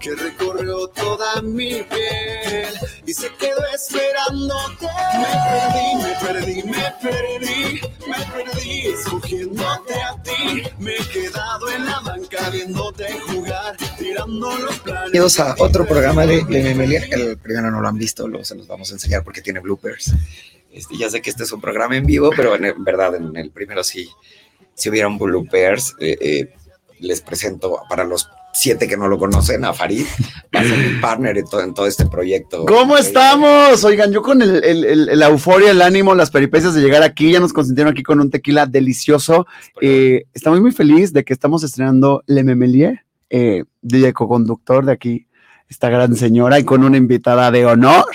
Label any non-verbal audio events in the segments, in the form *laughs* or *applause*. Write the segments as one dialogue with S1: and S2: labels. S1: que recorrió toda mi piel y se quedó esperándote. Me perdí, me perdí, me perdí, me perdí, escogiéndote a ti. Me he quedado en la banca viéndote jugar, tirando los planes.
S2: Bienvenidos a otro programa de de Memelia. El primero no lo han visto, lo, se los vamos a enseñar porque tiene bloopers. Este, ya sé que este es un programa en vivo, pero en, en verdad en el primero sí, si hubieran bloopers, eh, eh, les presento para los siete que no lo conocen a Farid, va a ser mi partner en todo, en todo este proyecto.
S3: ¿Cómo estamos? Oigan, yo con el, el- el- la euforia, el ánimo, las peripecias de llegar aquí, ya nos consintieron aquí con un tequila delicioso. Eh, estamos muy feliz de que estamos estrenando Le Memelier, eh, de ecoconductor de aquí, esta gran señora, y con una invitada de honor.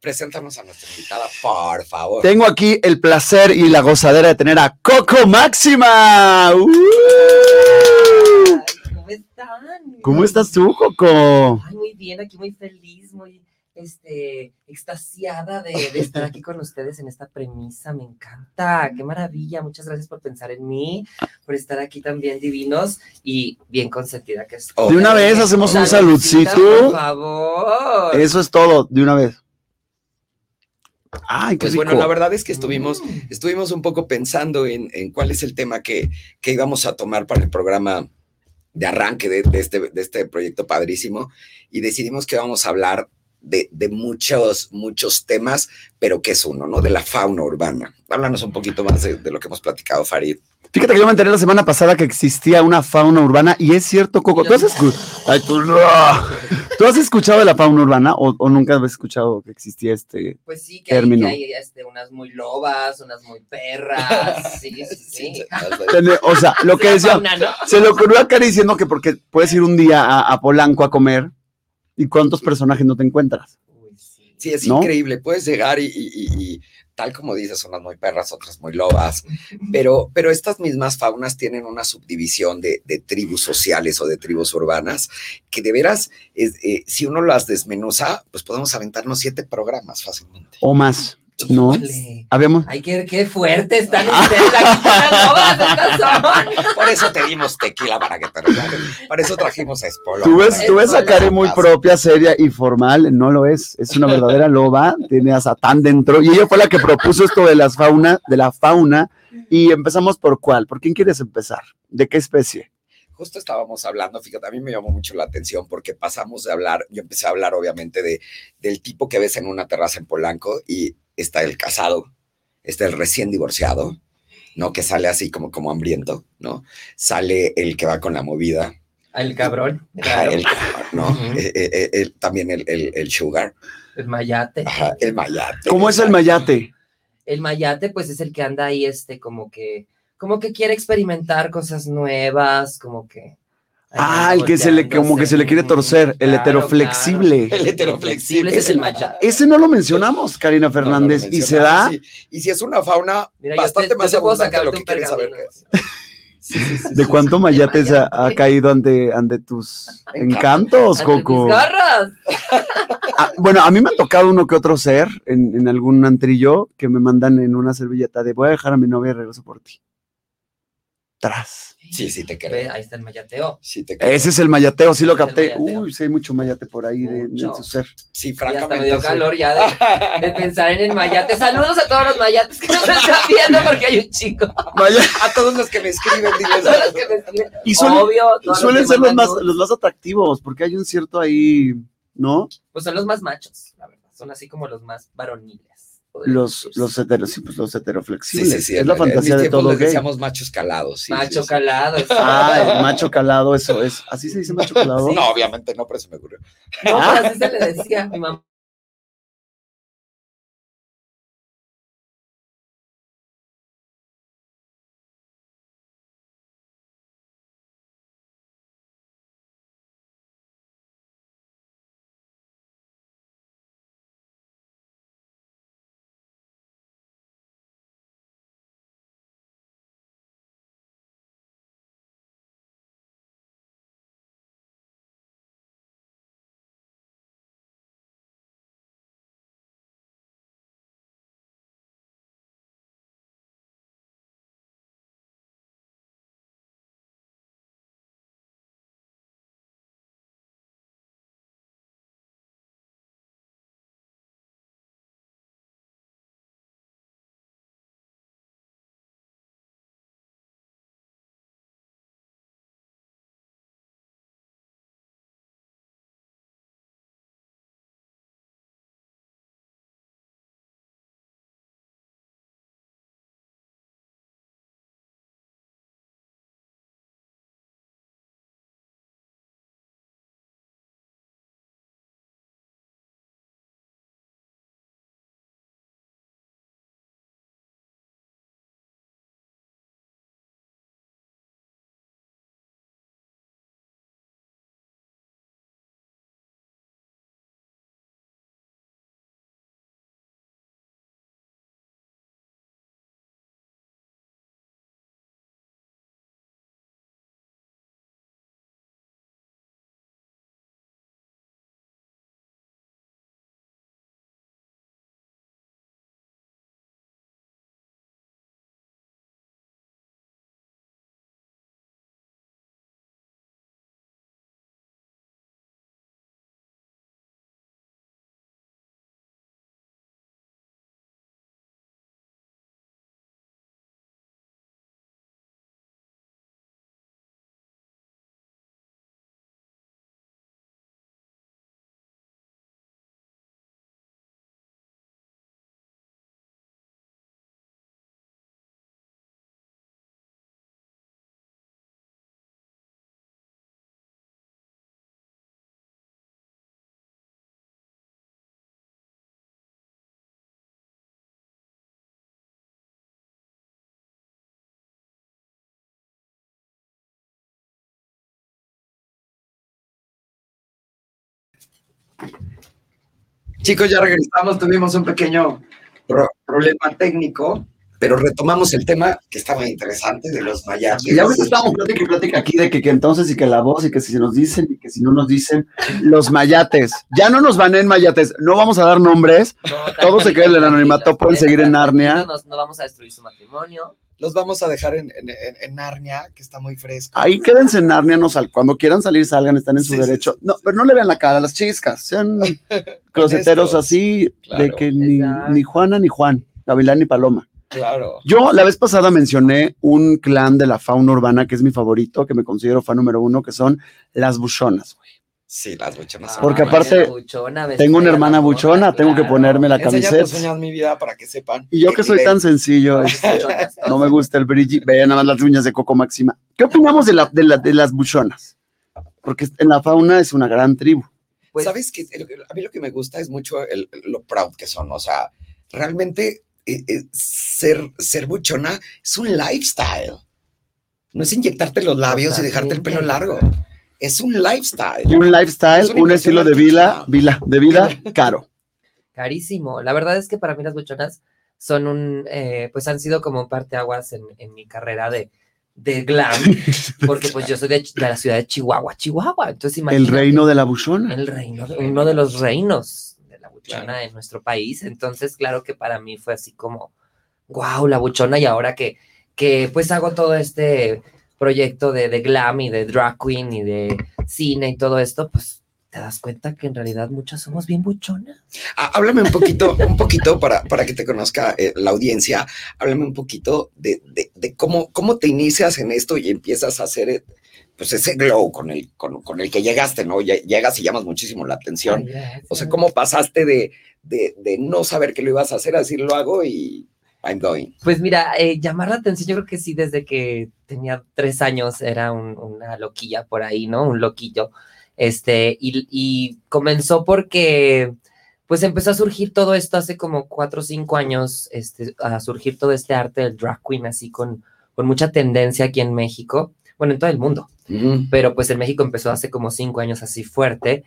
S2: Preséntanos a nuestra invitada, por favor.
S3: Tengo aquí el placer y la gozadera de tener a Coco Máxima. ¡Uh!
S4: Ay, ¿Cómo están?
S3: ¿Cómo estás tú, Coco?
S4: Ay, muy bien, aquí muy feliz, muy este, extasiada de, de estar aquí con ustedes en esta premisa. Me encanta, qué maravilla. Muchas gracias por pensar en mí, por estar aquí también divinos y bien consentida que estoy.
S3: De una vez hacemos un saludcito.
S4: Por favor.
S3: Eso es todo, de una vez. Ay, qué
S2: Pues
S3: rico.
S2: bueno, la verdad es que estuvimos,
S4: Mm.
S2: estuvimos un poco pensando en, en cuál es el tema que, que íbamos a tomar para el programa de arranque de, de este, de este proyecto padrísimo y decidimos que vamos a hablar de, de muchos, muchos temas, pero que es uno, ¿no? De la fauna urbana. Háblanos un poquito más de, de lo que hemos platicado, Farid.
S3: Fíjate que yo me enteré la semana pasada que existía una fauna urbana y es cierto, Coco. ¿Tú has, escu- Ay, tú no. ¿Tú has escuchado de la fauna urbana o, o nunca habías escuchado que existía este?
S4: Pues sí, que hay, que
S3: Término.
S4: hay, este, unas muy lobas, unas muy perras. Sí,
S3: *laughs*
S4: sí,
S2: *laughs*
S4: sí.
S3: Tene- O sea, lo que
S4: La
S3: decía,
S4: fauna, ¿no?
S3: se le ocurrió a Cari diciendo que porque puedes ir un día a, a Polanco a comer y cuántos personajes no te encuentras.
S4: Uy, sí.
S2: Sí, es
S3: ¿No?
S2: increíble. Puedes llegar y, y- y- y tal como dices, unas muy perras, otras muy lobas, pero, pero estas mismas faunas tienen una subdivisión de, de tribus sociales o de tribus urbanas que de veras, es- eh, si uno las desmenuza, pues podemos aventarnos siete programas fácilmente.
S3: O más, ¿no?
S4: Híjole.
S3: Habíamos.
S4: Ay, qué, qué fuerte *laughs* están ustedes aquí con las lobas, estas son.
S2: Por eso te dimos tequila para que te relajes. Para eso trajimos a Espolo.
S3: Tú ves, tú ves a
S4: Hola,
S3: Karen muy propia, seria y formal, no lo es, es una verdadera loba, tiene a Satán dentro y ella fue la que propuso esto de las fauna, de la fauna y empezamos por cuál, ¿por quién quieres empezar? ¿De qué especie?
S2: justo estábamos hablando, fíjate, a mí me llamó mucho la atención porque pasamos de hablar, yo empecé a hablar obviamente de, del tipo que ves en una terraza en Polanco y está el casado, está el recién divorciado, ¿no? Que sale así como, como hambriento, ¿no? Sale el que va con la movida,
S4: El cabrón,
S2: ajá,
S4: claro,
S2: el, ¿no?
S4: Ujú.
S2: Eh, eh, eh, el- también el, el- el sugar,
S4: el mayate.
S2: ajá, el mayate.
S3: ¿Cómo es el mayate?
S4: El mayate, pues, es el que anda ahí, este, como que, como que quiere experimentar cosas nuevas, como que.
S3: Ah, el que se le, como que se le quiere torcer, el heteroflexible.
S2: El
S4: Flexible
S2: heteroflexible.
S4: es el mayate.
S3: Ese no lo mencionamos, Karina
S2: No, no lo
S3: Fernández, y se
S2: mencionaba,
S3: da,
S2: sí. Y si es una fauna
S4: Mira, yo
S2: bastante
S4: te- yo
S2: más
S4: te puedo
S2: abundante de lo
S4: sacarte
S2: que
S4: un
S2: quieres saber
S4: pergamino.
S2: que es. Sí, sí, sí,
S3: ¿de
S2: sí,
S3: cuánto mayate se ha,
S4: mayate.
S3: ha caído ante, ante tus encantos,
S4: Ante mis
S3: Pues, Coco?
S4: garras.
S3: Ah, bueno, a mí me ha tocado uno que otro ser en, en algún antrillo que me mandan en una servilleta de voy a dejar a mi novia y regreso por ti. Tras.
S2: Sí, sí, te creo.
S4: Ve, ahí está el mayateo.
S2: Sí, te creo.
S3: Ese es el mayateo, sí lo
S4: Ese es el
S3: capté.
S4: mayateo.
S3: Uy, sí hay mucho mayate por ahí de, de
S4: Mucho.
S3: su ser.
S2: Sí,
S4: Ya hasta me
S2: francamente.
S4: dio
S2: sí.
S4: calor ya de, de pensar en el mayate. Saludos a todos los mayates que nos están viendo porque hay un chico.
S3: Maya-
S2: A todos los que me escriben, diles.
S4: *laughs* Son los que me escriben.
S3: Y suelen,
S4: Obvio, todos
S3: suelen
S4: que
S3: ser los
S4: mandan
S3: más,
S4: nudes.
S3: los más atractivos porque hay un cierto ahí, ¿no?
S4: Pues son los más machos, la verdad. Son así como los más varoniles.
S3: Los, los,
S4: machos
S3: heteros, sí, pues, los heteroflexibles.
S2: Sí, sí, sí.
S3: es la
S2: en- en
S3: fantasía
S2: mis
S3: de
S2: tiempos
S3: todo
S2: les
S3: gay.
S2: decíamos machos calados. sí, sí,
S4: macho
S2: sí.
S4: calado. eso.
S3: Ah, el macho calado, eso es. ¿Así se dice macho calado?
S2: No, obviamente no, pero se me ocurrió.
S4: No,
S3: ah.
S4: pero así se le decía a mi mamá.
S2: Chicos, ya regresamos, tuvimos un pequeño pro- problema técnico, pero retomamos el tema que estaba interesante de los
S3: Y
S2: mayapes.
S3: ya ahorita estamos plática y plática aquí de que, que entonces y que la voz y que si se nos dicen y que si no nos dicen los mayates. Ya no nos baneen mayates, no vamos a dar nombres. Todos se quedan en el anonimato, pueden seguir en Narnia.
S4: No, no vamos a destruir su matrimonio.
S2: Los vamos a dejar en, en, en- en Narnia, que está muy fresco.
S3: Ahí quédense en Narnia, no sal- cuando quieran salir, salgan, están en su
S2: Sí, sí,
S3: derecho. No, pero no le vean la cara a las
S2: *laughs*
S3: chicas, sean closeteros así, de
S2: Claro.
S3: que ni,
S4: Exacto.
S3: ni Juana ni Juan, Gavilán ni Paloma.
S2: Claro.
S3: Yo la vez pasada mencioné un clan de la fauna urbana que es mi favorito, que me considero fan número uno, que son las buchonas.
S2: Sí, las buchonas.
S3: Porque
S4: Ay,
S3: aparte,
S4: la Ah, buchona,
S2: Pues
S4: me
S3: Tengo una
S4: espera,
S3: hermana
S4: la morra,
S3: buchona, tengo que
S4: claro.
S3: ponerme la
S2: Enseña tus
S3: camiseta.
S2: uñas, mi vida, para que sepan.
S3: Y yo que soy tan sencillo, este,
S4: Las buchonas,
S3: no me gusta el brilli, vean nada más las uñas de Coco Máxima. ¿Qué opinamos de, la, de, la- de las buchonas? Porque en la fauna es una gran tribu. *laughs*
S4: pues-
S2: ¿Sabes que A mí lo que me gusta es mucho el- lo proud que son. O sea, realmente eh, eh, ser, ser buchona es un lifestyle. No es inyectarte los labios y dejarte el pelo largo. Es un lifestyle.
S3: Y un lifestyle,
S2: Es una
S3: un estilo de vida,
S2: impresionante
S3: vida, de
S2: *laughs*
S3: vida caro.
S4: Carísimo. La verdad es que para mí las buchonas son un, eh, pues han sido como un parteaguas en, en mi carrera de, de glam, porque pues yo soy de, Chi- de la ciudad de Chihuahua, Chihuahua. Entonces
S3: El
S4: imagínate,
S3: reino de la buchona.
S4: el reino, de- uno de los reinos de la buchona en nuestro país. Entonces, claro que para mí fue así como, wow, la buchona. Y ahora que, que pues hago todo este proyecto de, de glam y de drag queen y de cine y todo esto, pues te das cuenta que en realidad muchas somos bien buchonas.
S2: Ah, háblame un poquito, un poquito para, para que te conozca eh, la audiencia. Háblame un poquito de, de- de cómo, cómo te inicias en esto y empiezas a hacer eh, pues ese glow con el, con, con el que llegaste, ¿no? Lle- Llegas y llamas muchísimo la atención. O sea, ¿cómo pasaste de, de- de no saber que lo ibas a hacer a decir lo hago y I'm going?
S4: Pues mira, eh, llamar la atención, yo creo que sí, desde que tenía tres años era un- una loquilla por ahí, ¿no? Un loquillo. Este, y, y comenzó porque, pues empezó a surgir todo esto hace como cuatro o cinco años, este, a surgir todo este arte del drag queen, así con, con mucha tendencia aquí en México, bueno, en todo el mundo pero pues en México empezó hace como cinco años así fuerte.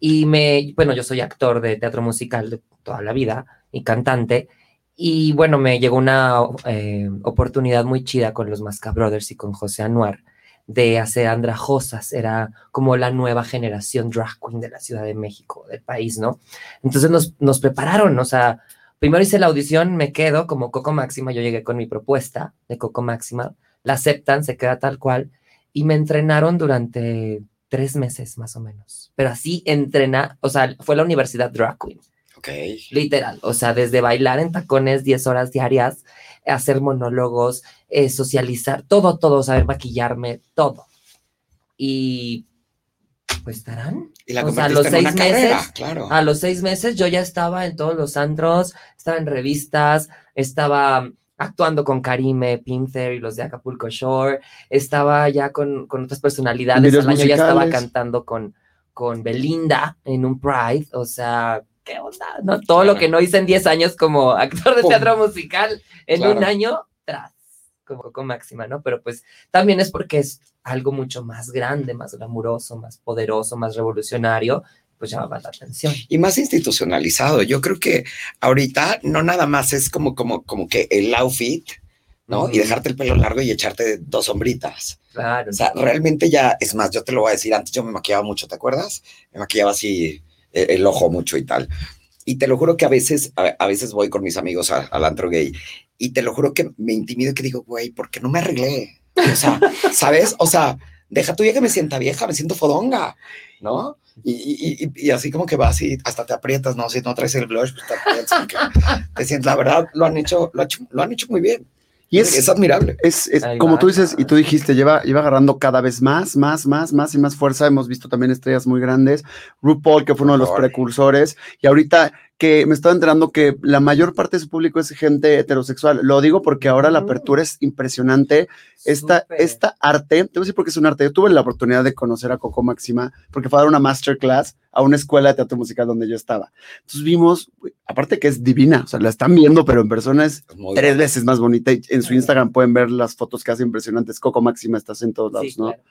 S4: Y me, bueno, yo soy actor de teatro musical de toda la vida y cantante. Y bueno, me llegó una eh, oportunidad muy chida con los Masca Brothers y con José Anuar de hacer andrajosas. Era como la nueva generación drag queen de la Ciudad de México, del país, ¿no? Entonces nos, nos prepararon, o sea, primero hice la audición, me quedo como Coco Máxima. Yo llegué con mi propuesta de Coco Máxima, la aceptan, se queda tal cual y me entrenaron durante tres meses más o menos. Pero así entrena, o sea, fue la universidad drag queen,
S2: Ok.
S4: literal. O sea, desde bailar en tacones 10 horas diarias, hacer monólogos, eh, socializar, todo, todo, saber maquillarme, todo. Y pues estarán.
S2: Y la
S4: O sea,
S2: convertiste
S4: los
S2: en una
S4: seis
S2: carrera,
S4: meses- Ah.
S2: claro.
S4: A los seis meses yo ya estaba en todos los antros, estaba en revistas, estaba mm, actuando con Karime, Pinter y los de Acapulco Shore, estaba ya con, con otras personalidades,
S3: Videos
S4: al año ya estaba
S3: musicales.
S4: cantando con, con Belinda en un Pride, o sea, qué onda, ¿no? Todo lo
S2: Claro.
S4: que no hice en 10 años como actor de
S2: Pum.
S4: teatro musical en
S2: Claro.
S4: un año, tras, como con máxima, ¿no? Pero pues también es porque es algo mucho más grande, más glamuroso, más poderoso, más revolucionario, pues llamaba la atención.
S2: y más institucionalizado. Yo creo que ahorita no nada más es como, como, como que el outfit, ¿no?
S4: Ujú.
S2: Y dejarte el pelo largo y echarte dos sombritas.
S4: Claro.
S2: O sea, realmente ya, es más, yo te lo voy a decir, antes yo me maquillaba mucho, ¿te acuerdas? Me maquillaba así eh, el ojo mucho y tal. Y te lo juro que a veces, a, a veces voy con mis amigos a- al antro gay y te lo juro que me intimido y que digo, güey, ¿por qué no me arreglé? O sea, *laughs* ¿sabes? O sea, deja tú ya que me sienta vieja, me siento fodonga, ¿no? Y, y- y- y así como que vas y hasta te aprietas, ¿no? Si no traes el blush, pues te aprietas. porque Te sientes, la verdad, lo han hecho, lo, ha hecho- lo han hecho muy bien.
S3: Y
S2: es,
S3: es,
S2: es admirable.
S3: Es, es
S4: Ahí
S3: como
S4: va,
S3: tú dices, y
S4: claro.
S3: tú dijiste, lleva, lleva agarrando cada vez más, más, más, más y más fuerza. Hemos visto también estrellas muy grandes. RuPaul, que fue uno de los
S2: RuPaul.
S3: precursores, y ahorita que me estoy enterando que la mayor parte de su público es gente heterosexual. Lo digo porque ahora la
S4: Mm.
S3: apertura es impresionante. Esta,
S4: Súper.
S3: esta arte, te voy a decir porque es un arte. Yo tuve la oportunidad de conocer a Coco Máxima porque fue a dar una masterclass a una escuela de teatro musical donde yo estaba. Entonces vimos, güey, aparte que es divina, o sea, la están viendo, pero en persona es
S2: Muy
S3: tres veces más bonita. y En su Instagram pueden ver las fotos que hace impresionantes. Coco Máxima estás en todos lados,
S4: Sí,
S3: ¿no?
S4: claro.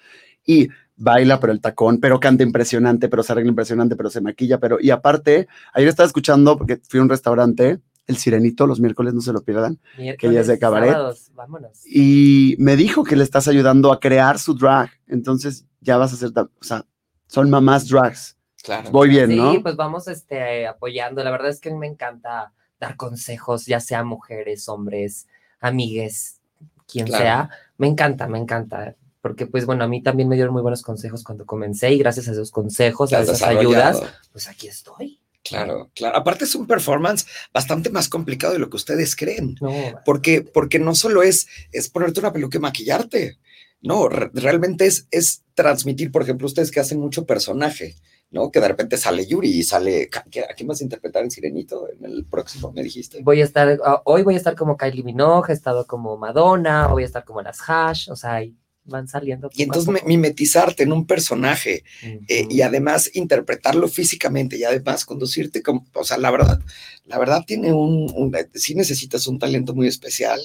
S3: Y baila, pero el tacón, pero canta impresionante, pero se arregla impresionante, pero se maquilla, pero... Y aparte, ayer estaba escuchando, porque fui a un restaurante, El Sirenito, los miércoles, no se lo pierdan.
S4: Miércoles,
S3: ya es de cabaret.
S4: sábados, vámonos.
S3: Y me dijo que le estás ayudando a crear su drag. Entonces, ya vas a hacer... ta- O sea, son mamás drags.
S2: Claro.
S3: Voy bien, ¿no?
S4: Sí, pues vamos este, apoyando. La verdad es que a mí me encanta dar consejos, ya sea mujeres, hombres, amigues, quien
S2: Claro.
S4: sea. Me encanta, me encanta. Porque, pues bueno, a mí también me dieron muy buenos consejos cuando comencé y gracias a esos consejos,
S2: Te
S4: a
S2: has
S4: esas ayudas,
S2: desarrollado.
S4: pues aquí estoy.
S2: Claro, claro. Aparte es un performance bastante más complicado de lo que ustedes creen.
S4: No,
S2: Porque, porque no solo es, es ponerte una peluca y maquillarte. No, re- realmente es, es transmitir, por ejemplo, ustedes que hacen mucho personaje, ¿no? Que de repente sale Yuri y sale. ¿A qué- a quién vas a interpretar en Sirenito? En el próximo, me dijiste.
S4: voy a estar, ah, hoy voy a estar como Kylie Minogue, he estado como Madonna, voy a estar como las Hash, o sea, ahí van saliendo. poco
S2: Y
S4: a
S2: entonces me-
S4: poco.
S2: mimetizarte en un personaje, eh,
S4: Ujú.
S2: y además interpretarlo físicamente y además conducirte como, o sea, la verdad, la verdad tiene un, un eh, sí necesitas un talento muy especial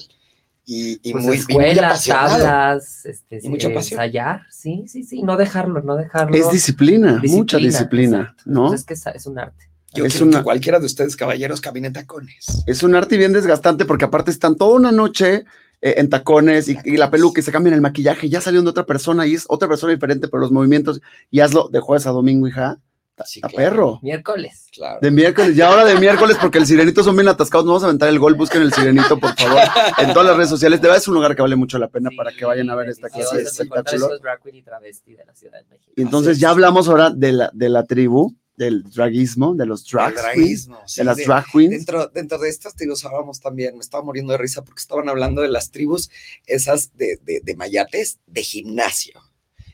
S2: y, y muy, y
S4: pues
S2: muy
S4: escuelas,
S2: apasionado.
S4: tablas, este,
S2: Y mucha
S4: eh,
S2: pasión.
S4: ensayar, sí, sí, sí, no dejarlo, no dejarlo.
S3: Es disciplina,
S4: Disciplina,
S3: mucha disciplina,
S4: exacto.
S3: ¿no?
S4: Pues es que es, es un arte.
S2: Yo
S3: Es
S2: quiero
S3: una-
S2: que cualquiera de ustedes, caballeros, camine en tacones.
S3: Es un arte bien desgastante porque aparte están toda una noche eh, en tacones y, y la peluca y se cambian el maquillaje, y ya salieron de otra persona y es otra persona diferente, pero los movimientos y hazlo de jueves a domingo, hija,
S2: Sí,
S3: a
S2: claro,
S3: perro.
S4: Miércoles.
S2: Claro.
S3: De miércoles, ya ahora de miércoles porque el sirenito son bien atascados, no vamos a aventar el gol, busquen el sirenito, por favor, en todas las redes sociales. De verdad es un lugar que vale mucho la pena para que vayan a ver esta clase de
S2: delicioso,
S3: espectáculo.
S4: Los drag queen y travesti de la Ciudad de México.
S3: Y entonces
S2: Así
S3: ya
S2: es.
S3: hablamos ahora de la, de la tribu, del draguismo, de los
S2: El
S3: drag queens,
S2: draguismo, sí,
S3: de las
S2: de-
S3: drag queens.
S2: Dentro, dentro de estas tribus hablábamos también, me estaba muriendo de risa porque estaban hablando de las tribus esas de, de, de mayates de gimnasio.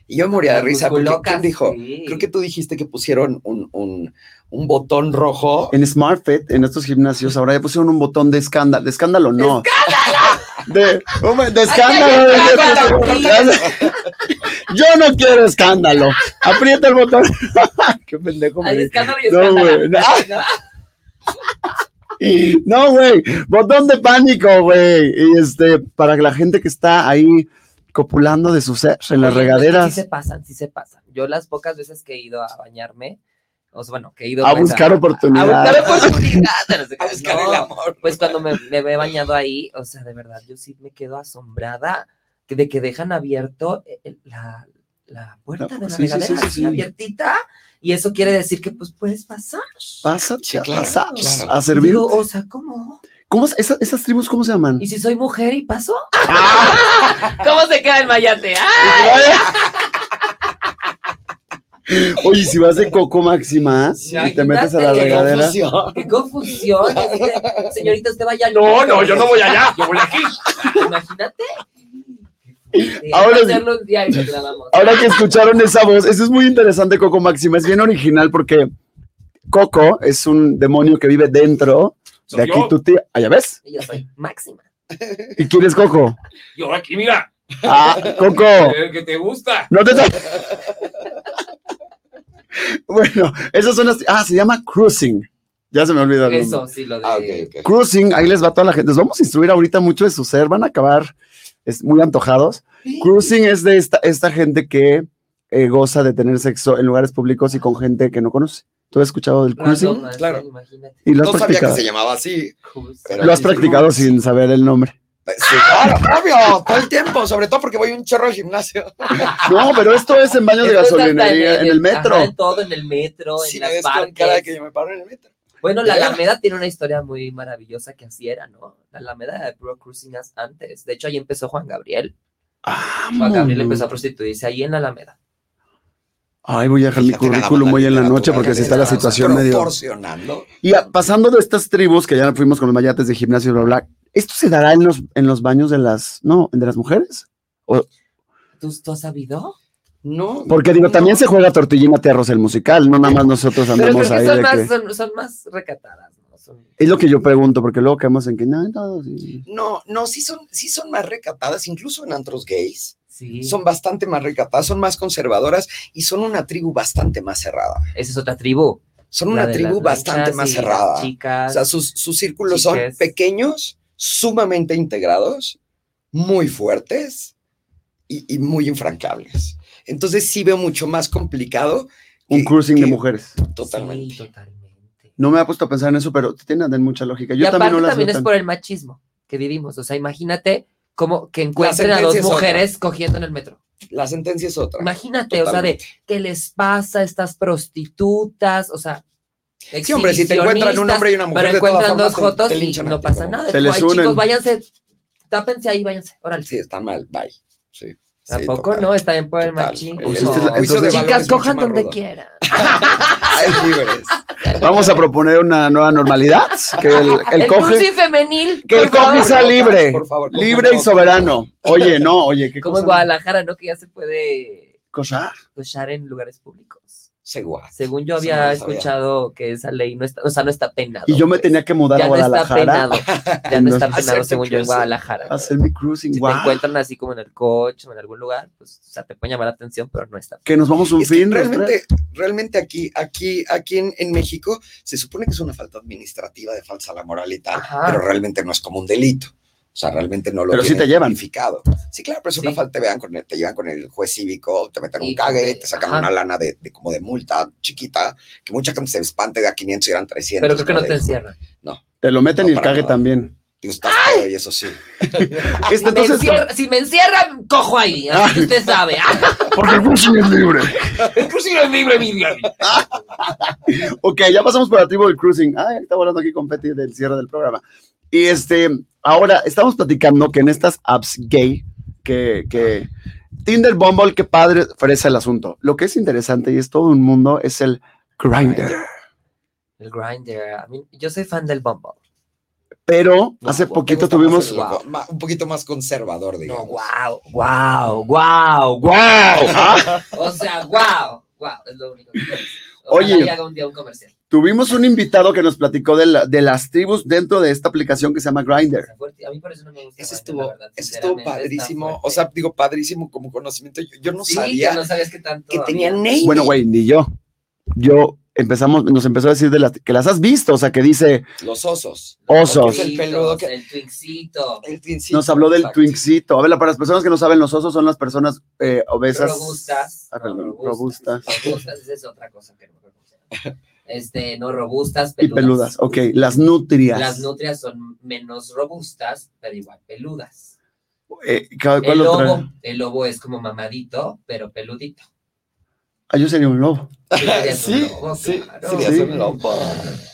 S2: Y yo moría de
S4: Las
S2: risa porque
S4: musculocas,
S2: ¿quién dijo?
S4: sí.
S2: Creo que tú dijiste que pusieron un, un, un botón rojo.
S3: En SmartFit, en estos gimnasios, ahora ya pusieron un botón de escándalo. De escándalo, no. De, hombre, de escándalo.
S4: Ay, ay, ay,
S3: de-
S4: ay,
S3: Yo no quiero escándalo. Aprieta el botón. *laughs* Qué pendejo. me
S4: Al
S3: di.
S4: escándalo y
S3: No,
S4: escándalo.
S3: güey, no. No, güey. Botón de pánico, güey. Y este, para la gente que está ahí copulando de sus en las
S4: Oye, pues, Sí
S3: regaderas.
S4: se pasan, sí se pasan. Yo las pocas veces que he ido a bañarme, o sea, bueno, que he ido
S3: A
S4: pues,
S3: buscar
S4: A
S3: oportunidades.
S4: buscar oportunidades.
S2: *laughs* A buscar
S4: No,
S2: el amor.
S4: Pues cuando me, me he bañado ahí, o sea, de verdad, yo sí me quedo asombrada que- de que dejan abierto eh, eh, la, la puerta
S3: No,
S4: de la
S3: sí, sí, sí,
S4: regadera,
S3: sí,
S4: así
S3: sí.
S4: abiertita, y eso quiere decir que pues puedes pasar.
S3: Pásate,
S2: Sí, claro,
S3: pasaos
S2: claro.
S3: a servir.
S4: Digo, o sea, ¿cómo?
S3: ¿Cómo, es- esas, esas tribus, ¿cómo se llaman?
S4: ¿Y si soy mujer y paso? ¿Cómo se queda el mayate? ¡Ah!
S3: Oye, si vas de Coco Máxima y te metes a la
S4: Imagínate qué
S3: regadera.
S4: ¡Qué confusión! este, señorita, usted vaya
S5: No, no, yo no voy allá, yo voy aquí.
S4: Imagínate.
S3: Ahora
S4: Ahora
S3: sí.
S4: hacerlo un día y lo grabamos.
S3: Ahora que escucharon esa voz, eso es muy interesante, Coco Máxima. Es bien original porque Coco es un demonio que vive dentro *laughs* de
S5: Soy
S3: aquí
S5: yo.
S3: tu tía. Allá ves.
S4: Y Yo soy máxima.
S3: ¿Y quién es Coco?
S5: Yo aquí, mira,
S3: Ah, Coco.
S5: el que te gusta.
S3: No te. *laughs* bueno, esas son las. Ah, se llama cruising. Ya se me olvidó el nombre.
S4: Eso, sí, lo de.
S2: Ah, ok, ok.
S3: Cruising, ahí les va a toda la gente. Les vamos a instruir ahorita mucho de su ser, van a acabar es, muy antojados. Cruising es de esta, esta gente que eh, goza de tener sexo en lugares públicos y con gente que no conoce. ¿Tú has escuchado del cruising?
S4: Random, así,
S2: Claro.
S4: Imagínate.
S3: Y lo has
S2: No sabía que
S3: practicado.
S2: se llamaba así.
S4: Justo.
S2: Pero-
S3: Lo has
S2: Sí, sí.
S3: practicado sin saber el nombre.
S2: Sí, claro, obvio, todo el tiempo, sobre todo porque voy un chorro al gimnasio.
S3: No, pero esto es en baños de
S4: Esto es hasta
S3: gasolinería, en el metro.
S4: ajá, en todo, en el metro,
S2: si
S4: en
S2: me
S4: las
S2: ves con cara de que
S4: parques.
S2: yo me paro en el metro.
S4: Bueno, la
S2: De veras.
S4: Alameda tiene una historia muy maravillosa que así era, ¿no? La Alameda de Pro Cruising as- antes. De hecho, ahí empezó Juan Gabriel. Juan Gabriel empezó a prostituirse ahí en la Alameda.
S3: Ay, voy a dejar mi
S2: Fíjate nada más
S3: currículum hoy en la noche
S2: literatura
S3: porque
S2: que
S3: si está la
S2: estamos
S3: situación medio.
S2: Proporcionando.
S3: Y ah, pasando de estas tribus que ya fuimos con los mayates de gimnasio, bla, bla, ¿esto se dará en los, en los baños de las, no, de las mujeres?
S4: ¿Tú, tú has sabido?
S2: No.
S3: Porque digo,
S2: no.
S3: también se juega tortillina arroz el musical, no nada más nosotros
S4: Pero
S3: andamos
S4: creo que
S3: ahí
S4: son
S3: de
S4: más,
S3: que...
S4: son, son más recatadas, ¿no? Son-
S3: Es lo que yo pregunto, porque luego quedamos en que no, no, sí.
S2: No, no, sí son, sí son más recatadas, incluso en antros gays.
S4: Sí.
S2: son bastante más recatadas, son más conservadoras y son una tribu bastante más cerrada.
S4: Esa es otra tribu.
S2: Son una
S4: la de las
S2: tribu bastante
S4: lanchas
S2: más
S4: y las
S2: cerrada. O
S4: Chicas.
S2: sea, sus, sus círculos son
S4: Chiques.
S2: pequeños, sumamente integrados, muy fuertes y, y muy infranqueables. Entonces sí veo mucho más complicado.
S3: Un
S2: que-
S3: cruising de
S2: que-
S3: mujeres.
S2: Totalmente.
S4: Sí, totalmente.
S3: No me ha puesto a pensar en eso, pero tiene también mucha lógica.
S4: y
S3: Yo
S4: aparte
S3: también
S4: también,
S3: no las veo
S4: es
S3: tan-
S4: por el machismo que vivimos. O sea, imagínate como que encuentren a
S2: sentencia
S4: dos
S2: es otra.
S4: mujeres cogiendo en el metro.
S2: La sentencia es otra.
S4: Imagínate, o sea, de qué les pasa a estas prostitutas, o sea.
S2: Sí, hombre, si te encuentran un hombre y una mujer,
S4: Pero
S2: de todas
S4: encuentran
S2: formas
S4: dos
S2: te-
S4: jotos
S2: te
S4: y
S2: linchan a
S4: no
S2: ti,
S4: pasa
S2: ¿no?
S4: nada.
S3: Se
S4: Es
S3: les
S4: como, "Ay,
S3: unen".
S4: chicos, váyanse, tápense ahí, váyanse. Órale.
S2: Sí, está mal, bye. Sí,
S4: ¿A
S2: sí,
S4: poco
S2: total,
S4: no? Está bien por el
S2: total.
S4: machismo.
S2: El- el
S3: Entonces-
S2: juicio
S3: entonces-
S2: de valores
S4: Chicas,
S2: es mucho
S4: cojan
S2: más
S4: donde
S2: rudo.
S4: quieran.
S2: Ay, libres.
S3: Vamos a proponer una nueva normalidad. Que
S4: *laughs*
S3: el, el
S4: El
S3: coge,
S4: cruising femenil.
S3: que el
S4: por favor.
S3: coge sea libre.
S2: Por favor, cojan
S3: libre y
S2: otro.
S3: soberano. Oye, no, oye, qué
S4: Como
S3: cosa.
S4: en Guadalajara, ¿no? Que ya se puede
S3: cosa.
S4: cochar en lugares públicos.
S2: Segua.
S4: Según
S2: Eso
S4: yo
S2: no
S4: había
S2: lo sabía.
S4: escuchado que esa ley no está, o sea, no está penado.
S3: Y yo me
S4: pues.
S3: tenía que mudar a
S4: ya no está
S3: Guadalajara.
S4: penado. Ya no está
S3: Entonces,
S4: penado,
S2: hacerte
S4: según yo, en
S2: cruising.
S4: Guadalajara.
S3: a hacer mi cruising.
S4: Si
S3: guau.
S4: te encuentran así como en el coche o en algún lugar, pues, o sea, te pueden llamar la atención, pero no está.
S3: Que nos vamos un
S2: Es que
S3: fin. los tres.
S2: realmente, realmente aquí, aquí, aquí en, en México se supone que es una falta administrativa de falsa a la moral y tal,
S4: Ajá.
S2: pero realmente no es como un delito. O sea, realmente no lo
S3: Pero sí
S2: tienen
S3: te llevan.
S2: tipificado. Sí, claro, pero es una
S4: Sí.
S2: falta, te, vean con el, te llevan con el juez cívico, te meten
S4: Y
S2: un cague,
S4: donde-
S2: te sacan
S4: ajá.
S2: una lana de, de como de multa chiquita, que mucha gente se espante de a 500 y eran 300.
S4: Pero creo que no te
S2: De-
S4: encierran.
S3: Te lo meten
S2: No,
S3: y el
S2: para
S3: cague
S2: nada.
S3: también.
S2: Digo, estás pedo y eso sí.
S3: Este,
S4: Si me,
S3: entonces,
S4: encierra- si me encierran, cojo ahí. Así que usted sabe. ah.
S3: porque el cruising es libre.
S5: El cruising es libre, Miriam.
S3: Ok, ya pasamos por la tribu del cruising. Ay, está volando aquí con Petty del cierre del programa. Y este, ahora estamos platicando que en estas apps gay, que, que Tinder, Bumble, qué padre ofrece el asunto. Lo que es interesante y es todo un mundo es el Grindr.
S4: El grinder. ah, yo soy fan del Bumble.
S3: Pero hace
S2: No,
S3: poquito
S2: te gusta más
S3: tuvimos.
S2: el-
S4: Wow.
S2: ma- un poquito más conservador,
S4: No,
S2: digamos.
S4: wow, wow, wow, wow.
S2: *laughs*
S4: O sea, wow, wow, es lo único que puedo decir. Ojalá
S3: Oye.
S4: y haga un día un comercial.
S3: Tuvimos un invitado que nos platicó de, la- de las tribus dentro de esta aplicación que se llama Grindr.
S4: Está fuerte. A mí por eso no me gusta.
S2: Ese
S4: Grindr,
S2: estuvo,
S4: la verdad,
S2: ese estuvo
S4: sinceramente, está
S2: padrísimo. O
S4: fuerte.
S2: sea, digo, padrísimo como conocimiento. Yo, yo no
S4: sí,
S2: sabía
S4: que no sabías que tanto.
S2: que
S4: había.
S2: tenía naming.
S3: Bueno, güey, ni yo. Yo empezamos, nos empezó a decir de las, que las has visto, o sea, que dice,
S2: Los osos.
S4: Los
S3: Osos.
S2: El peludo que-
S4: El twincito.
S2: El twincito,
S3: nos habló del
S2: exacto.
S3: Twinkcito. A ver, para las personas que no saben, los osos son las personas eh, obesas.
S4: Robustas.
S3: Ah,
S4: no,
S3: perdón,
S4: robustas.
S3: robustas.
S4: Robustas, esa es otra cosa que no me gusta. Este, no robustas,
S3: Y peludas,
S4: peludas.
S3: ok, las nutrias.
S4: Las nutrias son menos robustas, pero igual peludas.
S3: Eh, ¿cuál- cuál
S4: El lobo,
S3: otra?
S4: el lobo es como mamadito, pero peludito.
S3: Ah, yo sería un lobo.
S4: Sí,
S3: *laughs*
S4: serías un
S2: Sí,
S4: lobo,
S2: sí,
S4: claro.
S2: sí,
S3: Sí.
S2: es un lobo.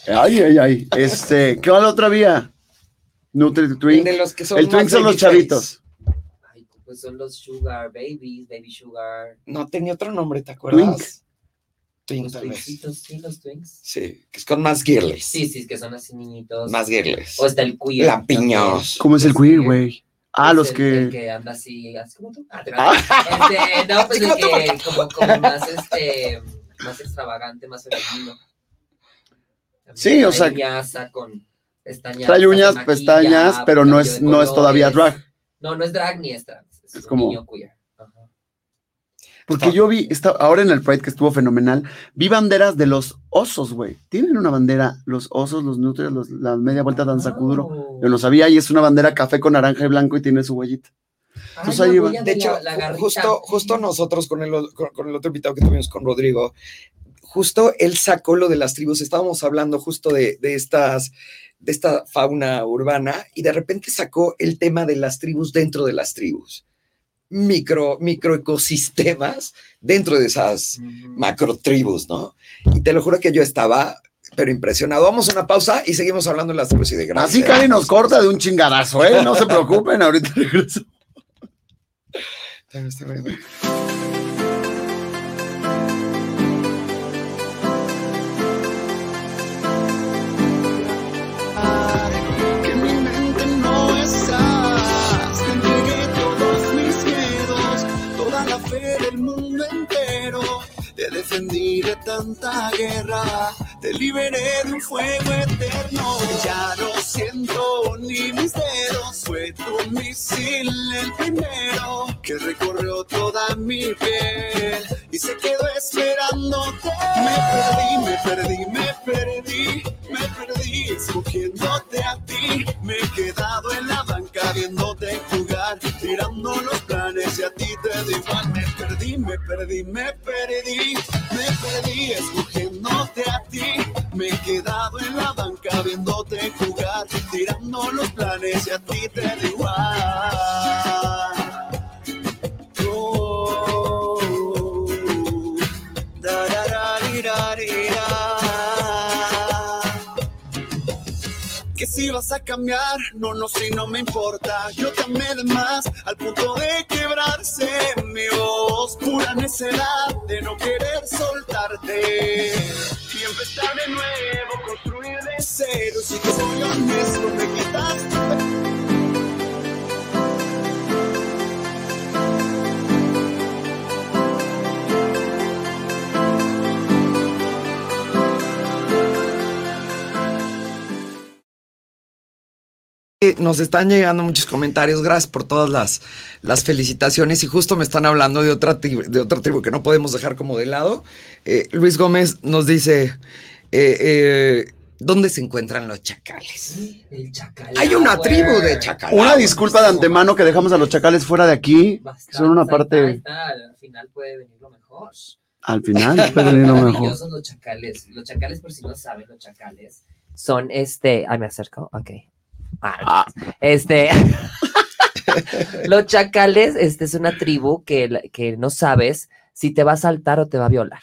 S3: Ay, ay, ay. Este, ¿qué la otra vía? Nutri Twink.
S2: De los que son
S3: El
S2: más
S3: Twink son los
S2: babyface.
S3: chavitos.
S4: Ay, pues son los sugar babies, baby sugar.
S2: No, tenía otro nombre, ¿te acuerdas? Twink,
S4: Los
S2: tal vez.
S4: twincitos, sí, los twins.
S2: Sí, que es con más girles.
S4: Sí, sí, que son así niñitos.
S2: Más girles.
S4: O está el queer.
S2: Lampiños.
S3: ¿Cómo es el
S4: queer,
S3: queer, güey? Ah,
S4: Es
S3: los
S4: el-
S3: que.
S4: el que anda así, así como tú. Ah, te vas. Este,
S3: *laughs*
S4: no, pues el que como, como más, este, más extravagante, más femenino.
S3: Sí, o
S4: Trae
S3: sea-
S4: uñaza con pestañas.
S3: Trae
S4: se
S3: uñas,
S4: maquilla,
S3: pestañas, pero no
S4: cambio
S3: es,
S4: de
S3: no es todavía
S4: colores.
S3: drag.
S4: No, no es drag ni es trans. Es,
S3: Es
S4: un
S3: como-
S4: niño queer. Ajá.
S3: Porque yo vi, esta- ahora en el Pride que estuvo fenomenal, vi banderas de los osos, güey. Tienen una bandera, los osos, los nutrias, los- la media
S4: Ah.
S3: vuelta danzacuduro.
S4: Oh.
S3: Yo no sabía, y es una bandera café con naranja y blanco y tiene su huellita.
S4: Ay,
S3: Entonces
S4: la
S3: pues ahí va.
S4: huella
S2: De
S4: la-
S2: hecho,
S4: la
S2: ju-
S4: garrita.
S2: justo, justo nosotros con el, o- con, con el otro invitado que tuvimos con Rodrigo, justo él sacó lo de las tribus, estábamos hablando justo de, de estas de esta fauna urbana y de repente sacó el tema de las tribus dentro de las tribus. Micro, microecosistemas dentro de esas
S4: Ujú.
S2: macro tribus, ¿no? Y te lo juro que yo estaba pero impresionado. Vamos a una pausa y seguimos hablando de las tribus y de grandes.
S3: Así Cari nos corta de un chingadazo, ¿eh? No se preocupen, ahorita regreso.
S1: que en mi mente no estás. Te entregué todos mis miedos, toda la fe del mundo entero. Te defendí de tanta guerra, Te liberé de un fuego eterno. Ya no siento ni mis dedos. Fue tu misil el primero que recorrió toda mi piel y se quedó esperándote. Me perdí, me perdí, me perdí, me perdí escogiéndote a ti. Me he quedado en la banca viéndote jugar, tirando los planes y a ti te da igual. Me perdí, me perdí, me perdí, me perdí escogiéndote a ti. Me he quedado en la banca viéndote jugar, tirando los planes y a ti te da igual. Oh, da, da, da, di, da, di, da. Que si vas a cambiar, no, no, si no me importa. Yo te amé de más al punto de quebrarse mi voz. Pura necedad de no querer soltarte. Y empezar de nuevo, construir de cero. Si te soy honesto, me quitas tu
S2: Eh, Nos están llegando muchos comentarios, gracias por todas las, las felicitaciones y justo me están hablando de otra, tri- de otra tribu que no podemos dejar como de lado. Eh, Luis Gómez nos dice, eh, eh, ¿dónde se encuentran los chacales?
S4: El chacal.
S2: Hay una tribu de chacales.
S3: Una disculpa de antemano que dejamos a los chacales fuera de aquí.
S4: Bastante,
S3: Son una
S4: ahí está, ahí
S3: parte
S4: está, Al final puede venir lo mejor.
S3: al
S4: *laughs*
S3: final, pero ni lo mejor.
S4: Maravillosos los chacales. Los chacales, por si no saben, los chacales son este. Ay, me acerco. Ok. Ah, Este. *laughs* los chacales, este es una tribu que, la- que no sabes si te va a saltar o te va a violar.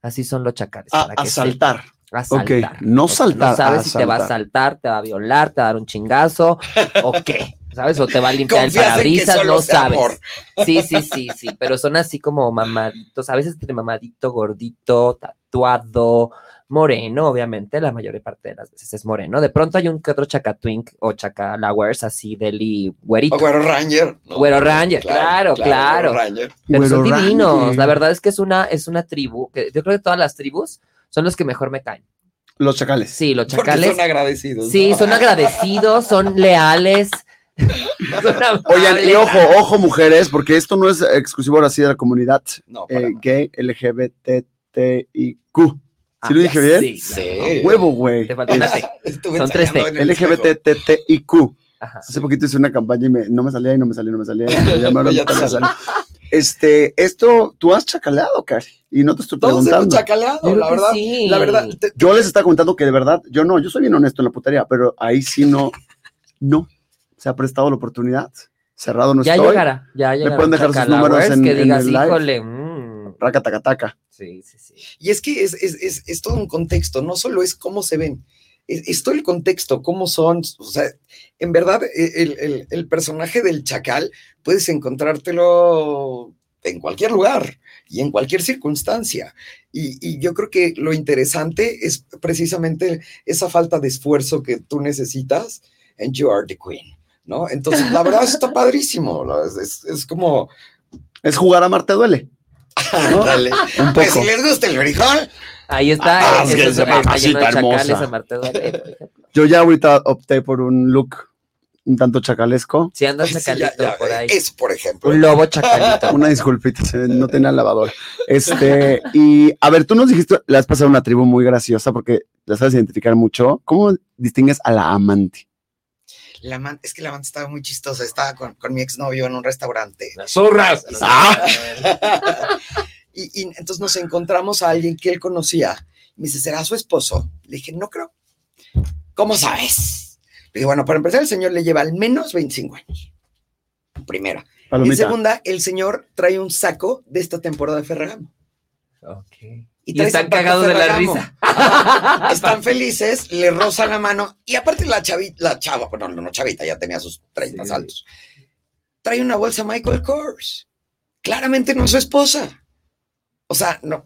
S4: Así son los chacales.
S3: A,
S4: para que
S3: asaltar.
S4: se- asaltar.
S3: Ok, no
S4: O sea,
S3: saltar,
S4: No sabes si te va a
S3: asaltar.
S4: saltar, te va a violar, te va a dar un chingazo o qué. ¿Sabes? O te va a limpiar el
S2: Confías en que
S4: parabrisas,
S2: solo
S4: no
S2: sea
S4: sabes.
S2: amor.
S4: Sí, sí, sí, sí, pero son así como mamaditos, a veces entre mamadito, gordito, tatuado, moreno, obviamente, la mayor parte de las veces es moreno. De pronto hay un que otro chacatwink o chacalowers así deli güerito.
S2: O Güero Ranger. ¿no?
S4: Güero Ranger, claro, claro.
S2: Güero Ranger.
S4: pero son
S3: Güero
S4: divinos,
S3: Ranger.
S4: la verdad es que es una, es una tribu, que yo creo que todas las tribus son los que mejor me caen.
S3: Los chacales.
S4: Sí, los
S2: Porque
S4: chacales.
S2: son agradecidos.
S4: Sí,
S2: ¿no?
S4: son agradecidos,
S3: *laughs*
S4: son leales. son
S3: Oigan, y
S4: amables.
S3: ojo, ojo, mujeres, porque esto no es exclusivo ahora sí de la comunidad
S2: No, para
S3: eh,
S2: nada.
S3: gay, LGBTTIQ.
S4: Ah,
S3: ¿Sí lo
S4: ya
S3: dije bien?
S4: sí,
S2: Sí.
S3: Huevo, güey.
S4: Te faltó una
S3: Es
S4: T.
S2: *laughs* Estuve
S4: Son tres
S2: ensayando en el espejo.
S3: LGBTTIQ.
S4: Ajá.
S3: Hace poquito hice una campaña y me- no me salía y no me salía, no me salía.
S2: *laughs*
S3: y ya me ahora
S2: Ya
S3: nunca
S2: te
S3: me
S2: salió.
S3: sale. Este, esto, tú has chacaleado, Cari, y no te estoy
S2: Todos hemos
S3: preguntando.
S2: chacaleado,
S4: Claro
S2: la
S4: que
S2: verdad.
S4: sí.
S2: La verdad, te-
S3: Yo les estaba contando que de verdad, yo no, yo soy bien honesto en la putería, pero ahí sí no, no, se ha prestado la oportunidad, cerrado no
S4: ya
S3: estoy.
S4: llegará, ya llegará.
S3: pueden dejar sus
S4: Chacalowers,
S3: números en-
S4: que
S3: en
S4: digas,
S3: el live.
S4: híjole, mm,
S3: Raca, taca, taca.
S4: sí, sí, sí.
S2: Y es que es, es- es- es todo un contexto, no solo es cómo se ven, es, es todo el contexto, cómo son. O sea, en verdad, e- el, el- el personaje del chacal puedes encontrártelo en cualquier lugar y en cualquier circunstancia. Y, y yo creo que lo interesante es precisamente esa falta de esfuerzo que tú necesitas en You Are the Queen, ¿no? Entonces, la verdad está padrísimo, la- es, es- es como...
S3: Es jugar a Marte duele. ¿no?
S2: Dale.
S3: Un
S2: Pues si
S3: poco.
S2: les gusta el frijol,
S4: Ahí está.
S3: Ah,
S4: eso
S3: es que
S4: es-
S3: esa
S4: está lleno de
S3: mamacita
S4: chacales,
S3: hermosa.
S4: a Marte duele, por ejemplo.
S3: Yo ya ahorita opté por un look un tanto chacalesco.
S4: Si andas
S2: Sí, ya,
S4: chacalito
S2: ya,
S4: por
S2: eh,
S4: ahí.
S2: Eso, por ejemplo.
S4: Un lobo chacalito.
S3: Pues, Una disculpita, se- no tenía lavadora. Este, y a ver, tú nos dijiste, le has pasado una tribu muy graciosa porque la sabes identificar mucho. ¿Cómo distingues a la amante?
S2: La amante- es que la amante estaba muy chistosa. Estaba con, con mi exnovio en un restaurante.
S5: Las zorras.
S3: Ah.
S5: *laughs*
S2: Y, y entonces nos encontramos a alguien que él conocía. Me dice, ¿será su esposo? Le dije, no creo. ¿Cómo sabes? Le dije, bueno, para empezar, el señor le lleva al menos 25 años. Primera. Y
S3: Palomita.
S2: segunda, el señor trae un saco de esta temporada de Ferragamo.
S4: Ok. Y,
S2: trae
S4: están
S2: zapatos
S4: cagados de la
S2: Ferragamo.
S4: risa.
S2: *laughs*
S4: *laughs*
S2: Están felices, le rozan la mano. Y aparte la chavita, la chava, bueno, no chavita, ya tenía sus 30
S4: Sí.
S2: saltos. Trae una bolsa Michael Kors. Claramente no es su esposa. O sea, no,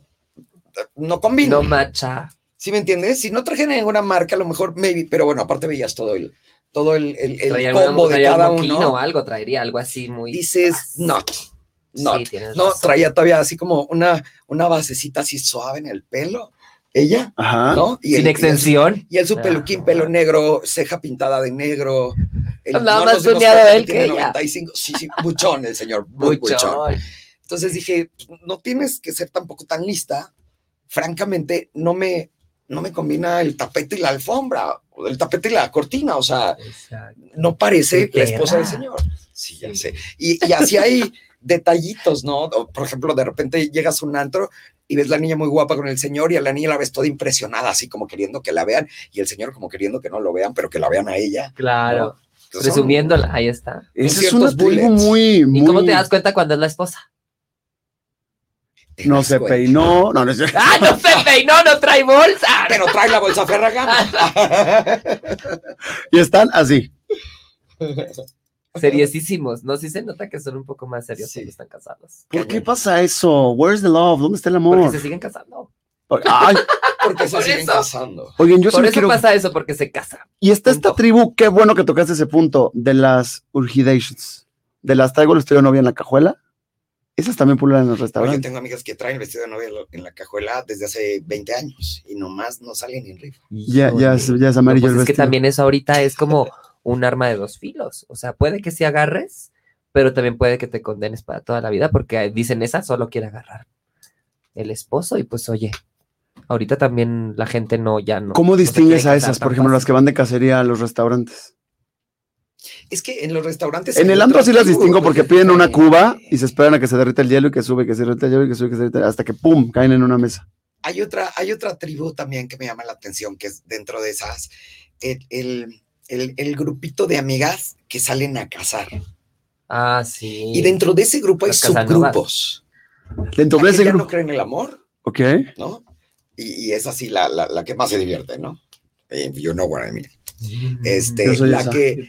S2: no combina.
S4: No macha.
S2: ¿Sí me entiendes? Si no trajeron ninguna marca, a lo mejor maybe, pero bueno, aparte veías todo el, todo el, el, el
S4: Traía
S2: combo
S4: una-
S2: de
S4: traía un
S2: cada
S4: moquino
S2: uno.
S4: o algo, traería algo así muy.
S2: Dices, no, no,
S4: Sí, tienes
S2: no,
S4: razón.
S2: traía todavía así como una, una basecita así suave en el pelo. ella,
S3: Ajá.
S2: ¿no? ¿Ah? Y
S4: Sin
S2: el-
S4: extensión.
S2: Y él su peluquín, pelo negro, ceja pintada de negro. El,
S4: Nada más
S2: nos dimos
S4: tuneado
S2: cuenta
S4: él que
S2: tiene
S4: ella.
S2: 95. Sí, sí, buchón el señor, muy buchón. Entonces dije, no tienes que ser tampoco tan lista. Francamente, no me, no me combina el tapete y la alfombra, o el tapete y la cortina, o sea,
S4: Exacto.
S2: no parece
S4: Qué
S2: la esposa del
S4: perra.
S2: señor. Sí, ya
S4: Sí.
S2: sé. Y, y así hay detallitos, ¿no? O, Por ejemplo, de repente llegas a un antro y ves la niña muy guapa con el señor y a la niña la ves toda impresionada, así como queriendo que la vean y el señor como queriendo que no lo vean, pero que la vean a ella.
S4: Claro.
S2: Entonces, son-
S4: Presumiéndola, ahí está.
S2: Con
S3: Ese es una
S2: ciertos
S3: tribu
S2: bullets.
S3: muy, muy.
S4: ¿Y cómo te das cuenta cuando es la esposa?
S2: te
S3: No
S2: das
S3: se
S2: cuenta.
S3: peinó. No, no sé.
S4: ¡Ah, no se peinó, no trae bolsa!
S2: Pero trae la bolsa
S3: *laughs* Ah,
S2: Ferragamo.
S3: Y están así.
S4: Seriosísimos, ¿no? Sí se nota que son un poco más serios
S2: Sí.
S4: cuando están casados.
S3: ¿Por qué
S2: Cañón.
S3: pasa eso? Where's the love? ¿Dónde está el
S4: Porque
S3: amor?
S4: se siguen casando.
S3: Porque- ay,
S2: Porque se
S4: Por
S2: siguen
S4: eso.
S2: casando.
S3: oigan, yo
S4: Por
S3: solo
S4: eso
S3: quiero.
S4: pasa eso, porque se casan.
S3: Y está esta
S4: punto.
S3: tribu, qué bueno que tocaste ese punto, de las urgidations. De las traigo el estudio novia en la cajuela. Esas también pululan en los
S2: Oye,
S3: restaurantes.
S2: tengo amigas que traen vestido de novia en la- en la cajuela desde hace 20 años y nomás no salen en rifa.
S3: Ya, ya, es, ya es amarillo
S4: pues, No, pues
S3: el
S4: es que
S3: vestido.
S4: también eso ahorita es como un arma de dos filos. O sea, puede que sí agarres, pero también puede que te condenes para toda la vida porque eh, dicen esa solo quiere agarrar el esposo y pues oye, ahorita también la gente no ya no.
S3: ¿Cómo
S4: no se
S3: distingues
S4: quiere
S3: a
S4: casar
S3: esas,
S4: tan
S3: por ejemplo, las que
S4: fácil.
S3: van de cacería a los restaurantes?
S2: Es que en los restaurantes.
S3: En
S2: hay
S3: el
S2: otro
S3: antro sí las
S2: tipo,
S3: distingo porque
S2: pues,
S3: piden una
S2: eh,
S3: cuba y se esperan a que se derrita el hielo y que sube, que se derrita el hielo y que sube, que se derrita, hasta que pum, caen en una mesa.
S2: Hay otra, hay otra tribu también que me llama la atención, que es dentro de esas, el, el- el- el grupito de amigas que salen a cazar.
S4: Ah, sí.
S2: Y dentro de ese grupo hay
S4: Las casanovas.
S2: subgrupos.
S3: Dentro
S2: La
S3: de ese
S2: que ya no
S3: grupo.
S2: creen en el amor,
S3: Ok.
S2: ¿no? Y, y es así la, la- la que más se divierte, ¿no? Eh, you know what I mean.
S3: Mm, Yo
S4: Mm.
S2: Este,
S3: soy
S2: la
S3: esa.
S2: que,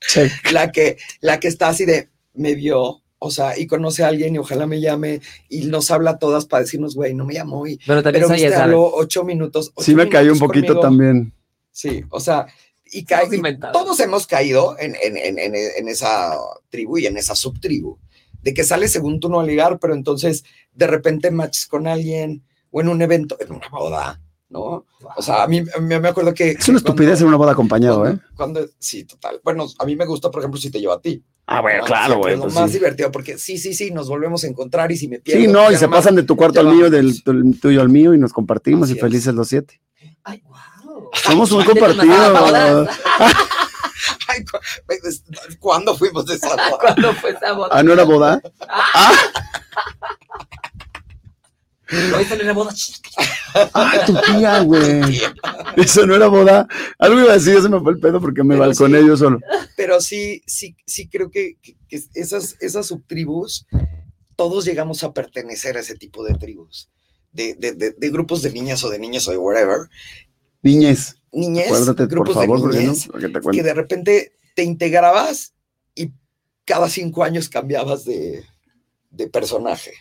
S3: Check.
S2: la que, la que está así de me vio, o sea, y conoce a alguien y ojalá me llame y nos habla a todas para decirnos, güey, no me llamó y
S4: *laughs* Bueno, también
S2: pero
S4: soy
S2: viste
S4: esa.
S2: habló ocho minutos.
S3: Sí
S2: ocho
S3: me cayó un
S2: minutos
S3: poquito
S2: conmigo.
S3: también.
S2: Sí, o sea, y cae-
S4: Somos
S2: y
S4: inventados.
S2: todos hemos caído en, en- en- en- en esa tribu y en esa subtribu, de que sales según tú no a ligar, pero entonces de repente matches con alguien o en un evento, en una boda, ¿no? O sea, a mí a mí me acuerdo que...
S3: Es
S2: cuando-
S3: una estupidez en una boda acompañado,
S2: Cuando,
S3: ¿eh?
S2: cuando- sí, total. Bueno, a mí me gusta, por ejemplo, si te llevo a ti.
S3: Ah, bueno,
S2: ¿no?
S3: claro,
S2: Siempre
S3: güey.
S2: Es lo
S3: pues
S2: más
S3: sí.
S2: divertido porque sí, sí, sí, nos volvemos a encontrar y si me pierdo.
S3: Sí, no, y
S2: ya
S3: se
S2: nomás-
S3: pasan de tu cuarto
S2: ya
S3: al mío,
S2: vamos.
S3: del, del tuyo al mío, y nos compartimos
S2: Así
S3: y
S2: es.
S3: felices los siete.
S4: Ay, *laughs* wow.
S3: Somos un
S4: Antes nos mataban
S3: compartido.
S4: a
S2: *laughs* Ay, cu- ¿Cuándo fuimos de esa boda?
S3: *laughs*
S4: ¿Cuándo fue esa boda?
S3: Ah, no era boda.
S4: Hoy fue una boda.
S3: Ah, tu tía, güey. Eso no era boda. Algo iba a decir, ya se me fue el pedo porque me
S2: Pero
S3: balconé
S2: sí.
S3: yo solo.
S2: pero sí, sí, sí creo que, que- que esas, esas subtribus, todos llegamos a pertenecer a ese tipo de tribus, de, de- de- de grupos de niñas o de niños o de whatever,
S3: Niñez,
S2: niñez,
S3: acuérdate, por
S2: grupos
S3: favor,
S2: de
S3: porque no,
S2: niñez,
S3: porque te
S2: que
S3: cuento.
S2: de repente te integrabas y cada cinco años cambiabas de, de personaje.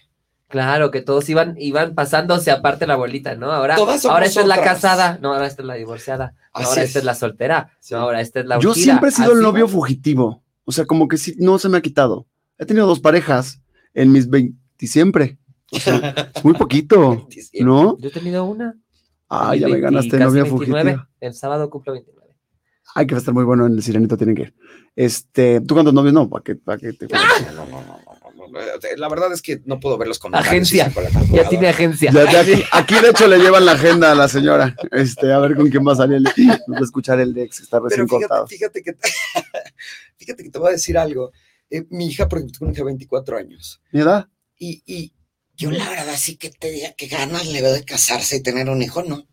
S4: Claro, que todos iban, iban pasándose aparte la bolita, ¿no? Ahora,
S2: Todas somos
S4: ahora esta es la
S2: otras.
S4: casada, no, ahora esta es la divorciada, no,
S2: Así
S4: ahora
S2: es.
S4: esta es la soltera,
S2: Sí.
S4: no, ahora esta es la
S3: Yo
S4: urgida,
S3: siempre he sido el
S4: así
S3: novio
S4: va.
S3: fugitivo. O sea, como que sí, no se me ha quitado. He tenido dos parejas en mis 20 siempre. O sea, es
S2: *laughs*
S3: muy poquito,
S2: Diciembre.
S3: ¿no?
S4: Yo he tenido una.
S3: Ah, ya me
S4: 20,
S3: ganaste,
S4: casi
S3: novia
S4: 29,
S3: fugitiva.
S4: El sábado cumplo 29.
S3: Ay, que va a estar muy bueno en el sirenito, tienen que ir. Este, ¿tú cuántos novios? No, ¿para qué, para qué te
S2: No, no, no, no, no, no, no. La verdad es que no puedo ver los comentarios.
S4: Agencia.
S2: sí saco la
S4: Ya
S2: calculadora.
S4: tiene agencia.
S3: Ya, ya aquí, aquí, de hecho le llevan la agenda a la señora. Este, a ver con quién va a salir. Nos va a escuchar el ex que está recién
S2: Pero fíjate,
S3: cortado.
S2: fíjate que, *laughs* fíjate que te voy a decir algo. Eh, mi hija, por ejemplo, tiene una hija de 24 años.
S3: ¿Mi edad?
S2: Y, y yo la verdad sí que te diga que ganas le veo de casarse y tener un hijo, ¿no?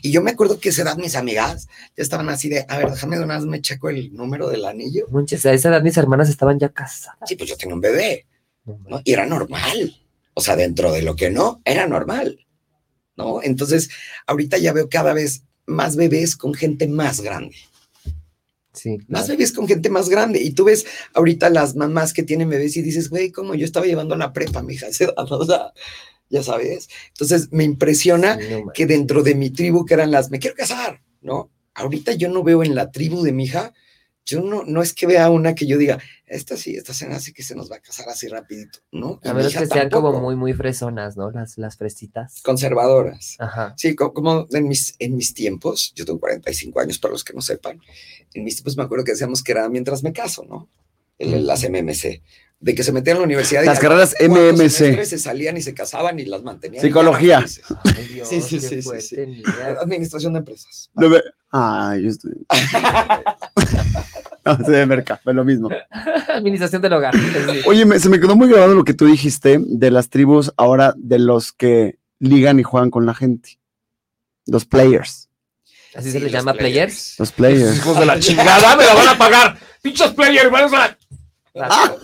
S2: Y yo me acuerdo que a esa edad mis amigas ya estaban así de, a ver, déjame de una vez me checo el número del anillo.
S4: Muchas, a esa edad mis hermanas estaban ya casadas.
S2: Sí, pues yo tengo un bebé,
S4: No, no.
S2: ¿no? Y era normal. O sea, dentro de lo que no, era normal, ¿no? Entonces, ahorita ya veo cada vez más bebés con gente más grande.
S4: Sí,
S2: Más
S4: claro.
S2: bebés con gente más grande. Y tú ves ahorita las mamás que tienen bebés y dices, güey, ¿cómo? Yo estaba llevando la prepa, mija, *laughs* a esa edad", o sea, ya sabes. Entonces me impresiona
S4: Sí, no manches.
S2: que dentro de mi tribu, que eran las, me quiero casar, ¿no? Ahorita yo no veo en la tribu de mi hija Yo no, no es que vea una que yo diga, esta sí, esta se me hace que se nos va a casar así rapidito, ¿no? Y
S4: A
S2: mi
S4: menos
S2: hija
S4: que sean como
S2: tampoco.
S4: muy, muy fresonas, ¿no? Las, las fresitas.
S2: Conservadoras.
S3: *laughs*
S4: Ajá.
S2: Sí, co- como en mis, en mis tiempos, yo tengo 45 años para los que no sepan, en mis tiempos me acuerdo que decíamos que era mientras me caso, ¿no? El- las MMC, de que se metían a la universidad. y
S3: Las
S2: al-
S3: carreras
S2: cuántos semestres
S3: MMC.
S2: Se salían y se casaban y las mantenían.
S3: Psicología.
S2: Y ya,
S4: Ay, Dios,
S2: Sí, sí,
S4: qué
S2: sí, sí,
S4: fuerte,
S2: sí.
S4: mira. *laughs*
S2: Administración de empresas.
S3: De ver- Ay, yo estoy. *laughs* No, se de merca, es lo mismo.
S4: Administración del hogar. sí.
S3: Oye, me- se me quedó muy grabado lo que tú dijiste de las tribus ahora de los que ligan y juegan con la gente. Los players.
S4: Así
S2: Sí,
S4: se les
S2: los
S4: llama players.
S3: Los players.
S5: Hijos de la chingada, me la van a pagar. Pinchos player,
S3: *laughs*
S5: van a
S4: Ah,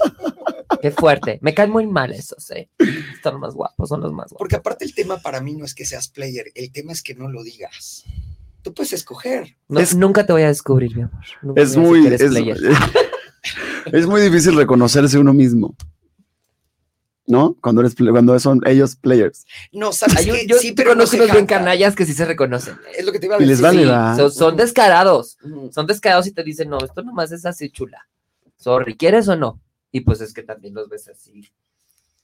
S4: Qué fuerte. Me caen muy mal esos, eh. Están los más guapos, son los más guapos.
S2: Porque aparte el tema para mí no es que seas player, el tema es que no lo digas. Tú puedes escoger.
S4: No,
S3: Es-
S4: nunca te voy a descubrir, mi amor. Nunca
S3: Es
S4: voy a decir
S3: muy,
S4: que
S3: es,
S4: eres player.
S3: *laughs* es muy difícil reconocerse uno mismo. ¿No? Cuando, eres, pl- cuando son ellos players.
S2: No, sabes
S4: Hay un-
S2: que
S4: yo
S2: sí, pero no
S4: conozco
S2: se
S4: unos bien
S2: jacta.
S4: canallas que sí se reconocen.
S2: Es lo que te iba a
S3: Y les
S2: decir.
S3: vale,
S4: Sí,
S3: ¿verdad?
S4: son, son descarados.
S2: Mm.
S4: Son descarados y te dicen, no, esto nomás es así chula. Sorry, ¿quieres o no? Y pues es que también los ves así.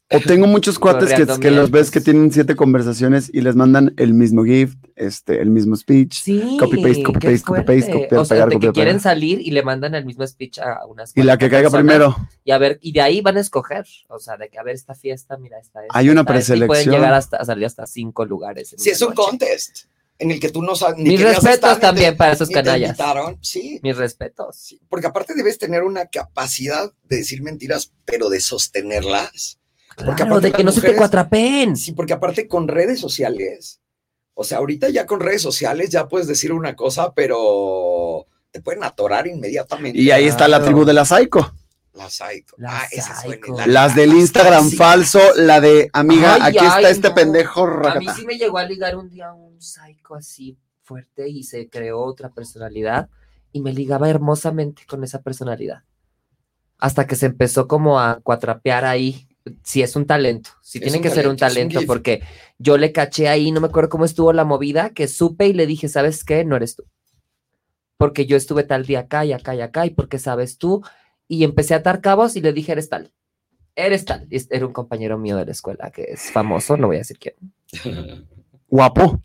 S3: O tengo
S4: *laughs*
S3: muchos cuates que,
S4: Corriendo
S3: que los ves
S4: mientes.
S3: que tienen siete conversaciones y les mandan el mismo gift, este, el mismo speech.
S4: Sí.
S3: Copy paste, copy
S4: qué
S3: paste, copy paste,
S4: fuerte.
S3: copiar,
S4: O sea,
S3: pegar,
S4: de que
S3: copiar,
S4: quieren
S3: pegar.
S4: salir y le mandan el mismo speech a unas
S3: Y la que caiga
S4: cuantas personas
S3: primero.
S4: Y a ver, y de ahí van a escoger. O sea, de que a ver esta fiesta, mira, esta esta,
S3: Hay una
S4: esta, esta, Y pueden
S3: preselección.
S4: llegar hasta, a salir hasta cinco lugares. en
S2: Si
S4: una
S2: es un
S4: noche.
S2: contest en el que tú no sabes ni
S4: Mis
S2: querías estar,
S4: respetos
S2: ni te-
S4: también para esos
S2: ni te
S4: canallas.
S2: invitaron, sí,
S4: Mis respetos.
S2: sí, porque aparte debes tener una capacidad de decir mentiras, pero de sostenerlas. Porque
S4: Claro,
S2: aparte
S4: de que
S2: las
S4: no se te
S2: mujeres-
S4: cuatrapen.
S2: Sí, porque aparte con redes sociales, o sea, ahorita ya con redes sociales ya puedes decir una cosa, pero te pueden atorar inmediatamente.
S3: Y ahí está la tribu de la psycho.
S2: Las psycho.
S4: Las
S2: ah, esas
S4: psycho.
S2: suenan. La-
S3: Las del Instagram
S2: sí.
S3: falso, la de amiga,
S4: Ay,
S3: aquí
S4: ay,
S3: está este
S4: no.
S3: pendejo
S4: A mí
S3: racata.
S4: sí me llegó a ligar un día un psycho así fuerte y se creó otra personalidad y me ligaba hermosamente con esa personalidad. Hasta que se empezó como a cuatrapear ahí. Si es un talento, si
S2: Es
S4: tiene
S2: un
S4: que ser un
S2: talento, es un
S4: talento,
S2: gift.
S4: porque yo le caché ahí, no me acuerdo cómo estuvo la movida, que supe y le dije, ¿sabes qué? No eres tú. Porque yo estuve tal día acá y acá y acá, y porque sabes tú. Y empecé a atar cabos y le dije, eres tal. Eres tal. Y es- Era un compañero mío de la escuela que es famoso, no voy a decir quién.
S3: Guapo.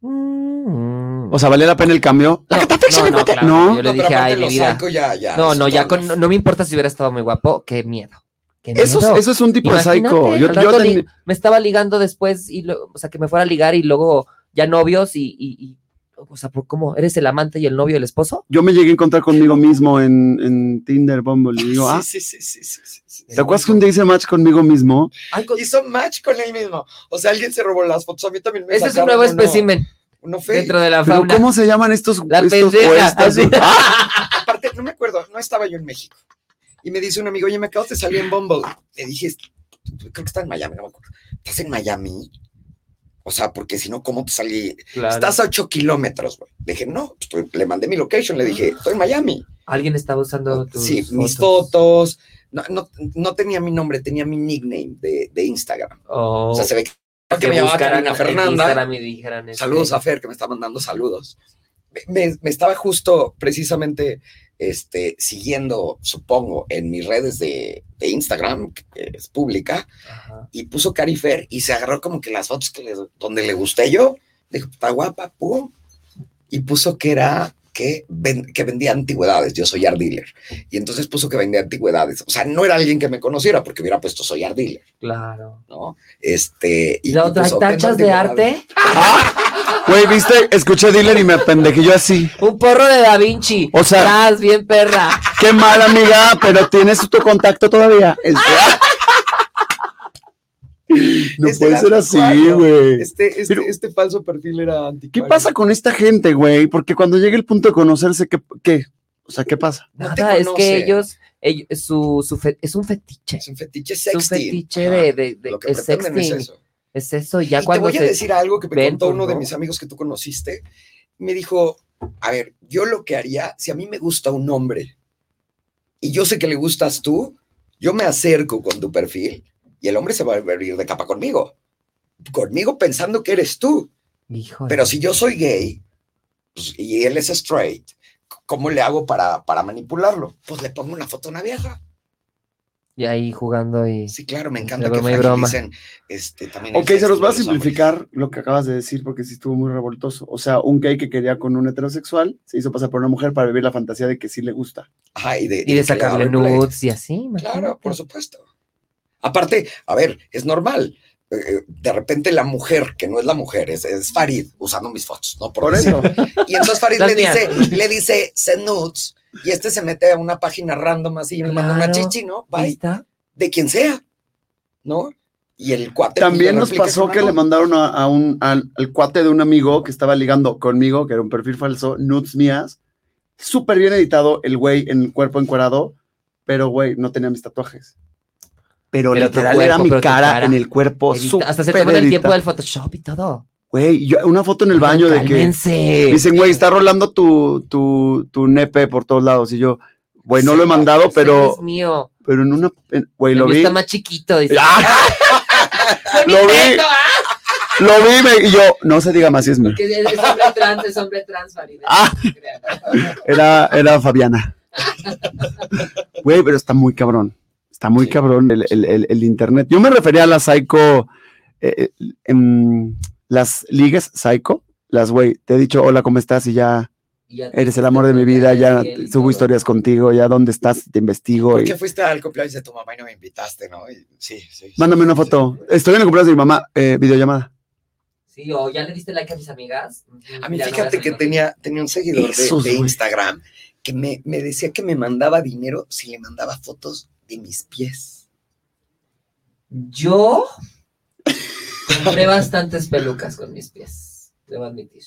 S4: Mm.
S3: O sea, ¿valía la pena el cambio?
S4: no, no, no, claro,
S3: No.
S2: No,
S4: yo le
S2: pero
S4: dije,
S2: aparte
S4: ay, mi
S2: los
S4: vida.
S2: psycho ya, ya.
S4: No,
S2: es
S4: no, ya
S2: otra
S4: con,
S2: onda.
S4: no, no me importa si hubiera estado muy guapo, qué miedo. Qué
S3: Eso es,
S4: miedo.
S3: eso es un tipo de
S4: Imagínate,
S3: psycho. Yo,
S4: al
S3: yo
S4: rato
S3: ten-
S4: li- me estaba ligando después, y lo- o sea, que me fuera a ligar y luego ya novios y, y- y- o sea, ¿por ¿cómo? ¿Eres el amante y el novio y el esposo?
S3: yo me llegué a encontrar conmigo mismo en, en Tinder, Bumble, y digo, ah,
S2: Sí, sí, sí, sí, sí, sí.
S3: ¿te acuerdas que un día hice match conmigo mismo?
S4: Ay, co-
S2: Hizo match con él mismo. O sea, alguien se robó las fotos. A mí también me
S4: Ese es un
S2: sacaron
S4: nuevo
S2: uno-
S4: espécimen
S2: Uno fake.
S4: dentro de la
S3: Pero
S4: fauna.
S3: ¿cómo se llaman estos,
S4: La
S3: estos
S4: pendeja,
S3: puestos? Ah,
S4: así.
S2: Aparte, no me acuerdo, no estaba yo en México. Y me dice un amigo, oye, me acabas de salir en Bumble. Le dije, "Est- creo que está en Miami, no me acuerdo. ¿Estás en Miami? O sea, porque si no, ¿cómo te salí? Estás a 8 kilómetros, güey. Le dije, no, pues, le mandé mi location, le dije, estoy en Miami.
S4: Alguien estaba usando Ah. tus
S2: Oh, sí, mis
S4: fotos.
S2: fotos. No, no, no tenía mi nombre, tenía mi nickname de, de Instagram.
S4: Oh,
S2: O sea, se ve que,
S4: que
S2: me llamaba
S4: buscaran
S2: Karina
S4: en
S2: Fernanda.
S4: Instagram y dijeran, este,
S2: Saludos a Fer, que me está mandando saludos. Me, me estaba justo, precisamente, este, siguiendo, supongo, en mis redes de, de Instagram, que es pública,
S4: Ajá.
S2: y puso Cari Fer y se agarró como que las fotos que le- donde le gusté yo. Dijo, está guapa, pum. Y puso que era que, ven- que vendía antigüedades. Yo soy art dealer. Y entonces puso que vendía antigüedades. O sea, no era alguien que me conociera porque hubiera puesto soy art dealer,
S4: Claro.
S2: ¿no? Este,
S4: Y la otra,
S2: puso, "Vendo
S4: tachas de
S2: antigüedades".
S4: arte?
S3: Güey, viste, escuché Dealer y me apendejé yo así.
S4: Un porro de Da Vinci.
S3: O sea-
S4: Tras, bien perra.
S3: Qué mal, amiga, pero tienes tu contacto todavía.
S4: Ah.
S3: Este- No
S2: Ese
S3: puede
S2: era
S3: ser
S2: mi
S3: así,
S2: cuadro.
S3: güey.
S2: Este, este,
S3: Pero-
S2: este falso perfil era anticuario.
S3: ¿Qué pasa con esta gente, güey? Porque cuando llegue el punto de conocerse, ¿qué? qué? O sea, ¿qué pasa?
S2: *laughs* No te
S4: Nada, es que
S2: conocen.
S4: ellos, ellos- su, su fe- es un fetiche.
S2: Es un fetiche
S4: Es un
S2: sexting.
S4: fetiche
S2: Ajá.
S4: de, de, de-
S2: Lo que
S4: es
S2: pretenden
S4: sexting.
S2: es
S4: Es
S2: eso.
S4: eso, y ya
S2: y te
S4: cuando
S2: voy a
S4: se.
S2: decir algo que me
S4: ven,
S2: contó
S4: pues,
S2: uno de
S4: ¿no?
S2: mis amigos que tú conociste. Me dijo, a ver, yo lo que haría, si a mí me gusta un hombre y yo sé que le gustas tú, yo me acerco con tu perfil y el hombre se va a abrir de capa conmigo. Conmigo pensando que eres tú.
S4: Híjole.
S2: Pero si yo soy gay pues, y él es straight, ¿cómo le hago para, para manipularlo? Pues le pongo una foto a una vieja.
S4: Y ahí jugando y.
S2: Sí, claro, me encanta
S4: Entre
S2: que
S4: broma y broma.
S2: fragilicen, este, también el
S3: Ok, se
S2: sexo
S3: los
S2: de
S3: voy a
S2: hombres.
S3: simplificar lo que acabas de decir porque sí estuvo muy revoltoso. O sea, un gay que quería con un heterosexual se hizo pasar por una mujer para vivir la fantasía de que sí le gusta.
S2: Ajá, y de,
S4: Y de sacarle
S2: crear replay.
S4: nudes y así.
S3: *laughs*
S2: Claro, por supuesto. Aparte, a ver, es normal. Eh, De repente la mujer, que no es la mujer, es, es Farid, usando mis fotos, ¿no?
S3: Por
S2: decir.
S3: eso.
S2: Y entonces Farid
S4: Las
S2: le
S4: mías.
S2: dice, le dice, send nudes", y este se mete a una página random así y le manda una
S4: Claro.
S2: chichi, ¿no?
S4: Ahí
S2: Bye,
S4: está.
S2: de quien sea, ¿no? Y el cuate. pues,
S3: También
S2: le
S3: nos
S2: replica
S3: pasó
S2: con
S3: que
S2: una
S3: le
S2: no.
S3: mandaron a, a un, al, al cuate de un amigo que estaba ligando conmigo, que era un perfil falso, nudes mías. Súper bien editado el güey en el cuerpo encuerado, pero güey, no tenía mis tatuajes. Pero,
S4: Pero tu
S3: literal
S4: cuerpo,
S3: era mi
S4: pero tu
S3: cara,
S4: cara.
S3: en el cuerpo.
S4: Edita- Hasta se toman
S3: súper
S4: el tiempo
S3: editado.
S4: del Photoshop y todo.
S3: Güey, yo- una foto en el baño de que.
S4: Cálmense.
S3: Dicen, güey, está rolando tu, tu, tu nepe por todos lados. Y yo, güey, no
S2: Sí,
S3: lo he mandado,
S4: Ese
S3: pero,
S4: Es mío.
S3: pero en una. en- Güey,
S4: El
S3: lo
S4: mío
S3: vi.
S4: está más
S3: *laughs*
S4: chiquito. Dice. *laughs*
S3: ¡Ah! Lo vi,
S4: Eso, ah,
S3: lo vi, me- y yo, no se diga más, sí es mío.
S4: Que es, es hombre trans, es hombre trans, Farida.
S3: Ah. Era, era Fabiana. Güey, pero está muy cabrón. Está muy
S2: Sí.
S3: cabrón el, el- el- el internet. Yo me refería a las psycho. eh, eh, em, las ligas psycho. Las, güey, te he dicho, hola, ¿cómo estás? Y ya
S4: Y ya-
S3: eres el amor de mi vida. Ya
S4: Y el-
S3: subo
S4: todo.
S3: historias contigo. Ya, ¿dónde estás? Te investigo.
S2: ¿Por
S3: y-
S2: qué fuiste al cumpleaños de tu mamá y no me invitaste, no? Y- sí, sí, sí.
S3: Mándame una foto. Estoy en el cumpleaños de mi mamá, eh, videollamada.
S4: Sí, o ya le diste like a mis amigas.
S2: A mí
S4: Ya no
S2: fíjate
S4: me
S2: que
S4: acuerdo.
S2: tenía, tenía un seguidor de-
S3: Esos,
S2: de,
S3: güey.
S2: Instagram que me, me decía que me mandaba dinero si le mandaba fotos de mis pies.
S4: Yo compré bastantes pelucas con mis pies. Debo admitir.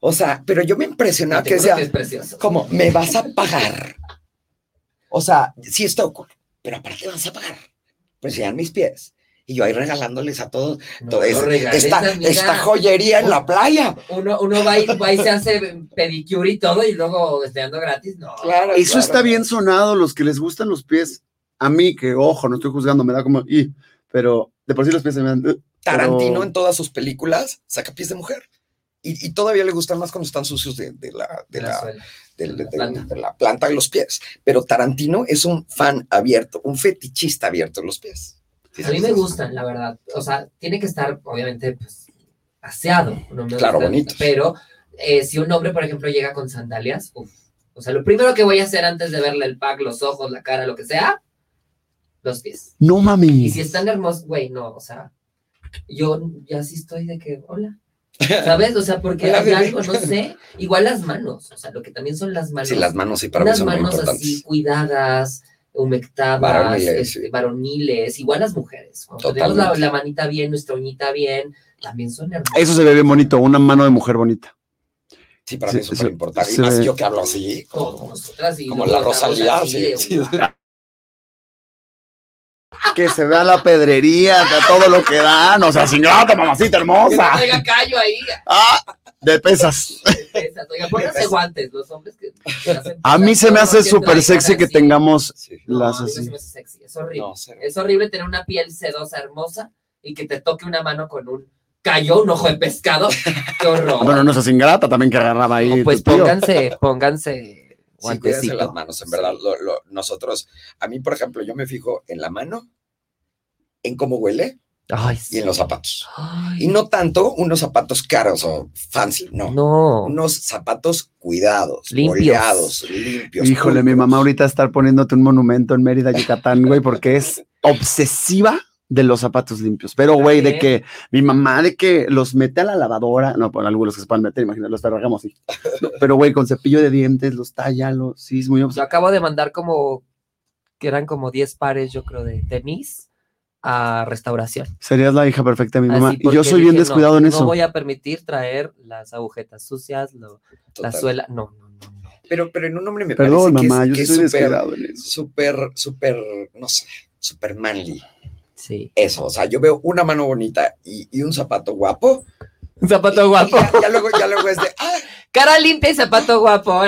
S2: O sea, pero yo me impresionaba
S4: Te
S2: que
S4: juro
S2: decía,
S4: que es precioso.
S2: como, me vas a pagar. O sea, sí está cool, pero aparte vas a pagar. Pues sean mis pies. Y yo ahí regalándoles a todos
S4: No,
S2: todo
S4: no
S2: eso.
S4: regales,
S2: esta,
S4: amiga.
S2: esta joyería en la playa.
S4: Uno, uno va, y, va y se hace pedicure y todo y luego esté dando gratis. No.
S2: Claro.
S3: Eso está
S2: claro.
S3: bien sonado, los que les gustan los pies. A mí, que ojo, no estoy juzgando, me da como, "Ih", pero de por sí los pies se me dan. eh, "Ugh".
S2: Tarantino
S3: pero-
S2: en todas sus películas saca pies de mujer. Y, y todavía le gustan más cuando están sucios de, de la, de
S4: De la
S2: la,
S4: suela.
S2: del-
S4: De
S2: del-
S4: la
S2: de la,
S4: planta.
S2: planta de los pies. Pero Tarantino es un fan abierto, un fetichista abierto de los pies. ¿Sí
S4: A mí
S2: sabes
S4: me
S2: eso?
S4: gustan, la verdad. O sea, tiene que estar, obviamente, pues, aseado. No me
S2: Claro,
S4: gustan,
S2: bonitos.
S4: Pero eh, si un hombre, por ejemplo, llega con sandalias, uf. O sea, lo primero que voy a hacer antes de verle el pack, los ojos, la cara, lo que sea, los pies.
S3: No
S4: Y
S3: mami.
S4: si están hermosos, güey, no, o sea, yo ya sí estoy de que,
S2: *laughs*
S4: hola. ¿Sabes? O sea, porque
S2: Hola,
S4: hay
S2: bebé.
S4: algo, no sé. Igual las manos, o sea, lo que también son las manos.
S2: Sí, las manos sí para mí
S4: unas
S2: son muy
S4: manos
S2: importantes.
S4: así cuidadas, humectadas,
S2: Varoniles,
S4: este,
S2: sí.
S4: varoniles, igual las mujeres. Cuando tenemos la,
S2: Totalmente.
S4: la manita bien, nuestra uñita bien, también son hermosas.
S3: Eso se ve bien bonito, una mano de mujer bonita.
S2: Sí, para
S3: Sí,
S2: mí es
S3: sí,
S2: súper importante. Y
S3: sí.
S2: más yo que hablo así.
S4: Como nosotras y
S2: Como
S4: luego
S2: la
S4: estamos
S2: Rosalía.
S4: así de,
S2: sí, *laughs*
S4: "Guau".
S2: sí.
S3: Que se vea la pedrería, que a todo lo que dan. O sea, señora, mamacita
S4: Que no
S3: hermosa.
S4: traiga callo ahí.
S3: Ah, de pesas.
S4: Esas,
S2: *laughs*
S4: oiga, pónganse guantes, los hombres que. que hacen
S3: A mí se me
S4: cosas,
S3: hace
S4: no,
S3: súper
S4: traigan
S3: sexy que
S4: así.
S3: tengamos
S2: Sí.
S4: No,
S3: las
S4: a mí no
S3: así.
S4: se me hace sexy, es horrible.
S2: No, cero.
S4: Es horrible tener una piel sedosa, hermosa, y que te toque una mano con un callo, un ojo
S2: *laughs*
S4: de pescado. Qué horror.
S3: Bueno, no seas ingrata también que agarraba ahí.
S4: No, pues
S3: tu tío.
S4: pónganse, pónganse
S2: Sí, cuídense
S4: guantecito.
S2: las manos, en verdad. Lo- lo- nosotros, a mí, por ejemplo, yo me fijo en la mano, en cómo huele
S4: Ay,
S2: y
S4: sí.
S2: en los zapatos.
S4: Ay,
S2: Y no tanto unos zapatos caros o fancy, no.
S4: no.
S2: Unos zapatos cuidados,
S4: Limpios.
S2: boleados, limpios.
S3: Híjole, mi
S2: pulcros.
S3: mamá ahorita estar poniéndote un monumento en Mérida, Yucatán, güey, porque es obsesiva de los zapatos limpios. Pero, güey, de
S4: Ok.
S3: que mi mamá de que los mete a la lavadora, no, por algunos que se pueden meter, imagínate, los derragamos, sí. No, Pero, güey, con cepillo de dientes, los talla, los, sí, es muy
S4: Yo
S3: obsesiva.
S4: acabo de mandar como, que eran como 10 pares, yo creo, de tenis a restauración.
S3: Serías la hija perfecta de mi mamá.
S4: Así,
S3: Y yo
S4: porque
S3: soy bien
S4: dije,
S3: descuidado
S4: no,
S3: en eso.
S4: No voy a permitir traer las agujetas sucias, lo- la
S2: Total.
S4: suela. No, no, no. no.
S2: Pero, pero en un hombre me
S3: Perdón,
S2: parece que
S3: mamá,
S2: es,
S3: yo
S2: que es
S3: soy
S2: súper,
S3: descuidado en eso.
S2: súper, súper, no sé, súper manly.
S4: Sí.
S2: Eso, o sea, yo veo una mano bonita y, y un zapato guapo.
S4: Un zapato
S2: y- y
S4: guapo.
S2: ya, ya luego, ya luego es de, ah,
S4: *laughs* Cara limpia y zapato guapo.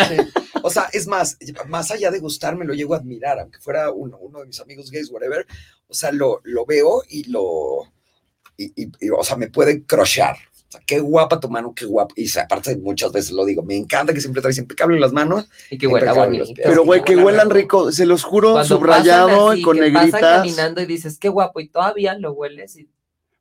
S2: O sea, es más, más allá de gustarme, lo llego a admirar, aunque fuera uno, uno de mis amigos gays, whatever. O sea, lo, lo veo y lo. Y, y- y, o sea, me puede crochear. sea, qué guapa tu mano, qué guapa. Y o sea, aparte, muchas veces lo digo, me encanta que siempre traes impecable las manos.
S4: Y que huela
S2: Impecable
S4: bonito.
S2: los pies.
S3: Pero, güey, que
S4: huela
S3: huelan rico, se los juro,
S4: Cuando
S3: subrayado
S4: pasan así,
S3: y con
S4: que
S3: negritas.
S4: Pasan caminando y dices, qué guapo, y todavía lo hueles. Y,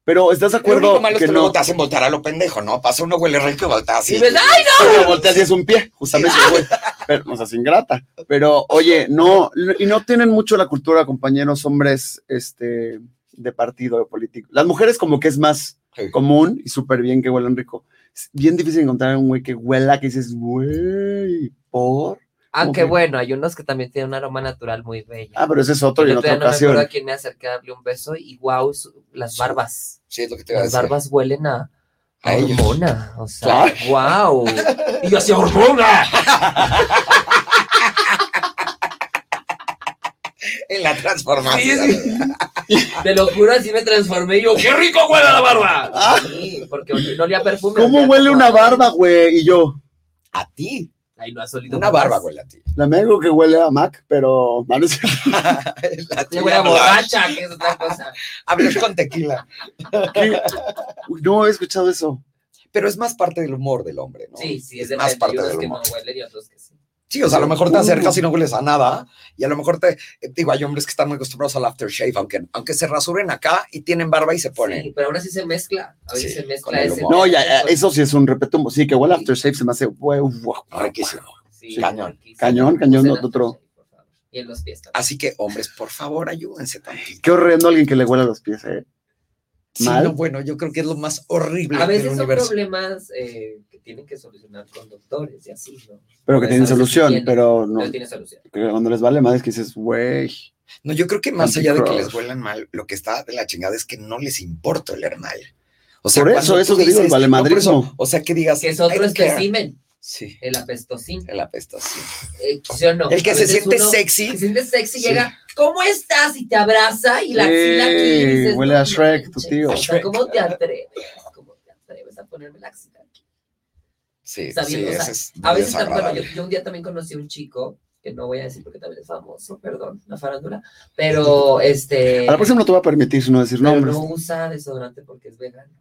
S3: Pero estás de
S2: Lo único
S3: acuerdo
S2: malo es
S3: que
S2: que luego
S3: no.
S2: te hacen voltar a lo pendejo, ¿no? Pasa uno huele rico y voltea así.
S4: y ves, ¡ay,
S3: Pero volteas y es un pie, justamente, güey. Pero, o sea, es ingrata. Pero, oye, no, y no tienen mucho la cultura, compañeros hombres, este, de partido, de político. Las mujeres como que es más
S2: Sí.
S3: común y súper bien que huelan rico. Es bien difícil encontrar un güey que huela, que dices, güey, por...
S4: Aunque
S3: Ok.
S4: bueno, hay unos que también tienen un aroma natural muy bello.
S3: Ah, pero ese es otro y en
S4: Yo
S3: otra
S4: todavía no me
S3: ocasión.
S4: acuerdo a quién me acerqué a darle un beso y wow, las
S2: Sí.
S4: barbas.
S2: Sí, es lo que te iba a
S4: Las
S2: decir.
S4: barbas huelen a, a
S2: A ellos.
S4: hormona. O sea, wow.
S5: Y yo hacía hormona.
S2: En la transformación.
S5: Sí, sí.
S4: Te lo juro, así me transformé yo.
S5: ¡Qué rico huele la barba!
S4: Sí, porque no olía perfume.
S3: ¿Cómo
S4: olía
S3: huele
S4: como
S3: una
S4: a-
S3: barba, güey? Y yo,
S2: A ti.
S4: Ay, no has olido
S2: Una
S4: jamás.
S2: barba huele
S4: *laughs*
S2: a ti.
S3: la mego que huele a Mac, pero... no, no es cierto.
S2: La
S4: Sí,
S2: tuya
S4: huele a
S2: no.
S4: borracha, que es otra cosa.
S2: Hablas con tequila.
S4: *laughs*
S3: ¿Qué? Uy, No he escuchado eso.
S2: Pero es más parte del humor del hombre, ¿no?
S4: Sí, sí, es
S2: más
S4: depende.
S2: parte
S4: Hay unos
S2: del
S4: que no
S2: humor.
S4: huelen y otros que sí.
S2: Sí, o sea, a lo
S4: Uh.
S2: mejor te acercas y no hueles a nada. Y a lo mejor te. eh, Digo, hay hombres que están muy acostumbrados al aftershave, aunque, aunque se rasuren acá y tienen barba y se ponen.
S4: Sí, pero ahora sí se mezcla. A veces
S2: Sí,
S4: se
S2: con
S4: mezcla
S2: el
S4: ese.
S2: humor.
S3: No, ya, ya, eso sí es un repetumbo. Sí, que huele a aftershave se me hace... güey, guau.
S2: Riquísimo.
S4: Sí,
S2: Cañón.
S4: riquísimo.
S3: Cañón, cañón,
S4: Usen
S3: otro.
S4: aftershave, por favor. Y en los pies también.
S2: Así que, hombres, por favor, ayúdense tantito.
S3: Qué horrendo alguien que le huela los pies, ¿eh?
S2: Sí,
S3: Mal.
S2: no, bueno, yo creo que es lo más horrible
S4: A veces
S2: del
S4: son
S2: universo.
S4: problemas eh, que tienen que solucionar con doctores y así, ¿no?
S3: Pero que
S4: Pues,
S3: tienen
S4: a veces
S3: solución,
S4: tienen,
S3: pero no.
S4: No, tiene solución.
S3: que cuando les vale madre es que dices, güey.
S2: No, yo creo que más allá de que les
S3: Anticross.
S2: huelan mal, lo que está de la chingada es que no les importa oler mal. O sea,
S3: Por eso,
S2: cuando
S3: eso
S2: tú
S3: te digo, el valemadrismo.
S2: no, por eso, o sea, que digas.
S4: Que es
S2: "I
S4: otro
S2: don't care".
S4: espécimen,
S2: Sí,
S4: el apestocín.
S2: el apestación.
S4: Eh, ¿sí o no?
S2: El
S4: A
S2: que se
S4: veces
S2: siente
S4: uno Se
S2: sexy.
S4: siente sexy,
S2: Sí.
S4: llega, ¿cómo estás? Y te abraza y la axila aquí.
S3: Ey,
S4: y dices,
S3: huele
S4: "No
S3: a Shrek, tu tío".
S4: manches, o sea,
S2: Shrek.
S4: ¿Cómo te atreves? ¿Cómo te atreves a ponerme la axila aquí?
S2: Sí,
S4: Está
S2: sí,
S4: bien, o sea,
S2: ese es
S4: A veces, tam- bueno, yo,
S2: desagradable.
S4: yo un día también conocí a un chico, que no voy a decir porque también es famoso, perdón, la farándula, pero este...
S3: A la próxima no te va a permitir no decir
S4: pero
S3: nombres.
S4: no usa desodorante porque es vegano.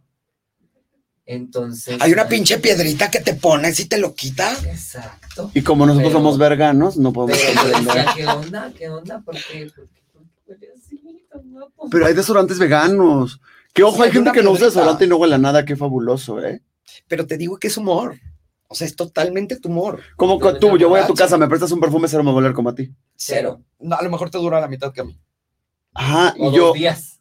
S4: Entonces...
S2: Hay una
S4: ay,
S2: pinche piedrita que te pones y te lo quita. *laughs*
S4: Exacto.
S3: Y como nosotros
S4: Pero-
S3: somos verganos, no podemos
S4: Pero yo
S3: comprender.
S4: decía, ¿qué onda? ¿Qué onda? ¿Por qué? ¿Por qué? ¿Por qué huele así, tan guapo?
S3: Pero hay desodorantes veganos. Que ojo,
S2: Sí,
S3: hay
S2: hay
S3: gente
S2: una
S3: que no usa
S2: piedrita.
S3: desodorante y no huele a nada, qué fabuloso, ¿eh?
S2: Pero te digo que es humor. O sea, es totalmente tu humor.
S3: Como
S4: Pero
S3: que tú,
S4: me
S3: yo voy a tu
S2: borracho.
S3: casa, me prestas un perfume, cero me va a oler como a ti.
S4: Cero.
S2: No, a lo mejor te dura la mitad que a mí.
S3: Ajá,
S4: O
S3: y yo.
S4: dos días.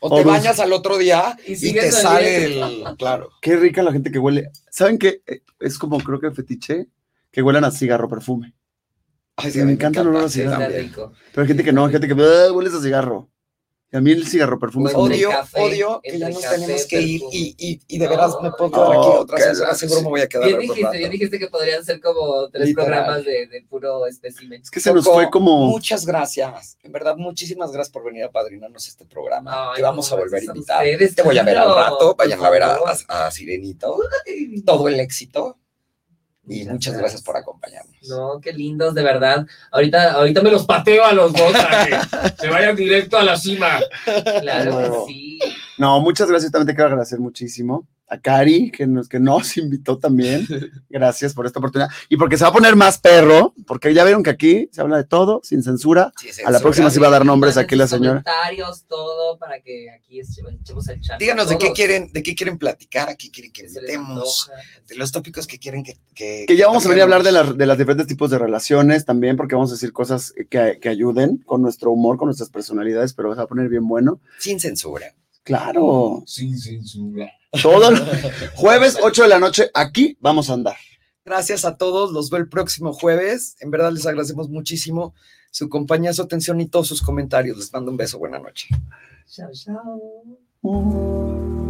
S2: O te
S3: dos-
S2: bañas al otro día
S4: Y
S2: y,
S4: sigues
S2: te
S4: oliendo.
S2: sale el. Claro.
S3: Qué rica la gente que huele. ¿Saben qué? Eh, Es como creo que fetiche, que huelan a cigarro perfume.
S2: Ay,
S3: Me
S2: a mí
S3: encanta el olor a
S2: sí,
S3: cigarro.
S4: Está
S2: también.
S4: rico.
S3: Pero hay gente que no, hay gente que "Ah, hueles a cigarro. Y a mí el cigarro perfume
S4: Huele-
S3: es
S2: Odio,
S4: Entre café,
S2: odio que ya
S4: entre
S2: nos
S4: café,
S2: tenemos que ir y, y, y de
S4: No.
S2: veras me puedo quedar aquí
S3: Oh,
S2: otras
S3: qué
S2: horas,
S3: la-
S2: seguro me voy a quedar
S4: Bien
S2: otro
S4: dijiste,
S2: rato.
S4: bien dijiste que podrían ser como tres
S2: Literal.
S4: programas de, de puro espécimen.
S3: Es que se nos
S2: Coco,
S3: fue como.
S2: Muchas gracias, en verdad, muchísimas gracias por venir a padrinarnos este programa.
S4: Ay,
S2: Te vamos a
S4: no,
S2: volver a
S4: gracias a
S2: invitar.
S4: ustedes,
S2: Te voy a ver al
S4: claro,
S2: rato, vayan
S4: por
S2: a ver a,
S4: favor.
S2: a- a Sirenito. Todo el éxito y muchas gracias por acompañarnos.
S4: No, qué lindos, de verdad. Ahorita, ahorita me
S5: Me
S4: los
S5: los pateo
S2: *laughs*
S5: a los dos para que se vayan directo a la cima.
S4: Claro
S3: Bueno.
S4: que sí.
S3: No, muchas gracias. También te quiero agradecer muchísimo a Cari, que nos, que nos *laughs* invitó también. Gracias por esta oportunidad. Y porque se va a poner más perro, porque ya vieron que aquí se habla de todo, sin censura.
S2: Sí,
S3: A la
S2: censura.
S3: próxima sí va a dar nombres
S4: Manden
S3: aquí la
S4: sus
S3: señora.
S4: Comentarios, todo, para que aquí eche- echemos el chat.
S2: Díganos de qué
S4: quieren
S2: quieren, de qué quieren platicar, a qué quieren que invitemos, de los tópicos que quieren que. Que,
S3: Que ya vamos a venir a hablar de,
S2: toquemos.
S3: las- de las diferentes tipos de relaciones también, porque vamos a decir cosas que, que ayuden con nuestro humor, con nuestras personalidades, pero se va a poner bien bueno.
S2: Sin censura.
S3: Claro,
S5: Sin censura.
S3: todo lo- jueves 8 de la noche aquí vamos a andar.
S2: Gracias a todos, los veo el próximo jueves. En verdad les agradecemos muchísimo su compañía, su atención y todos sus comentarios. Les mando un beso, buena noche.
S4: Chao, chao.
S3: Mm.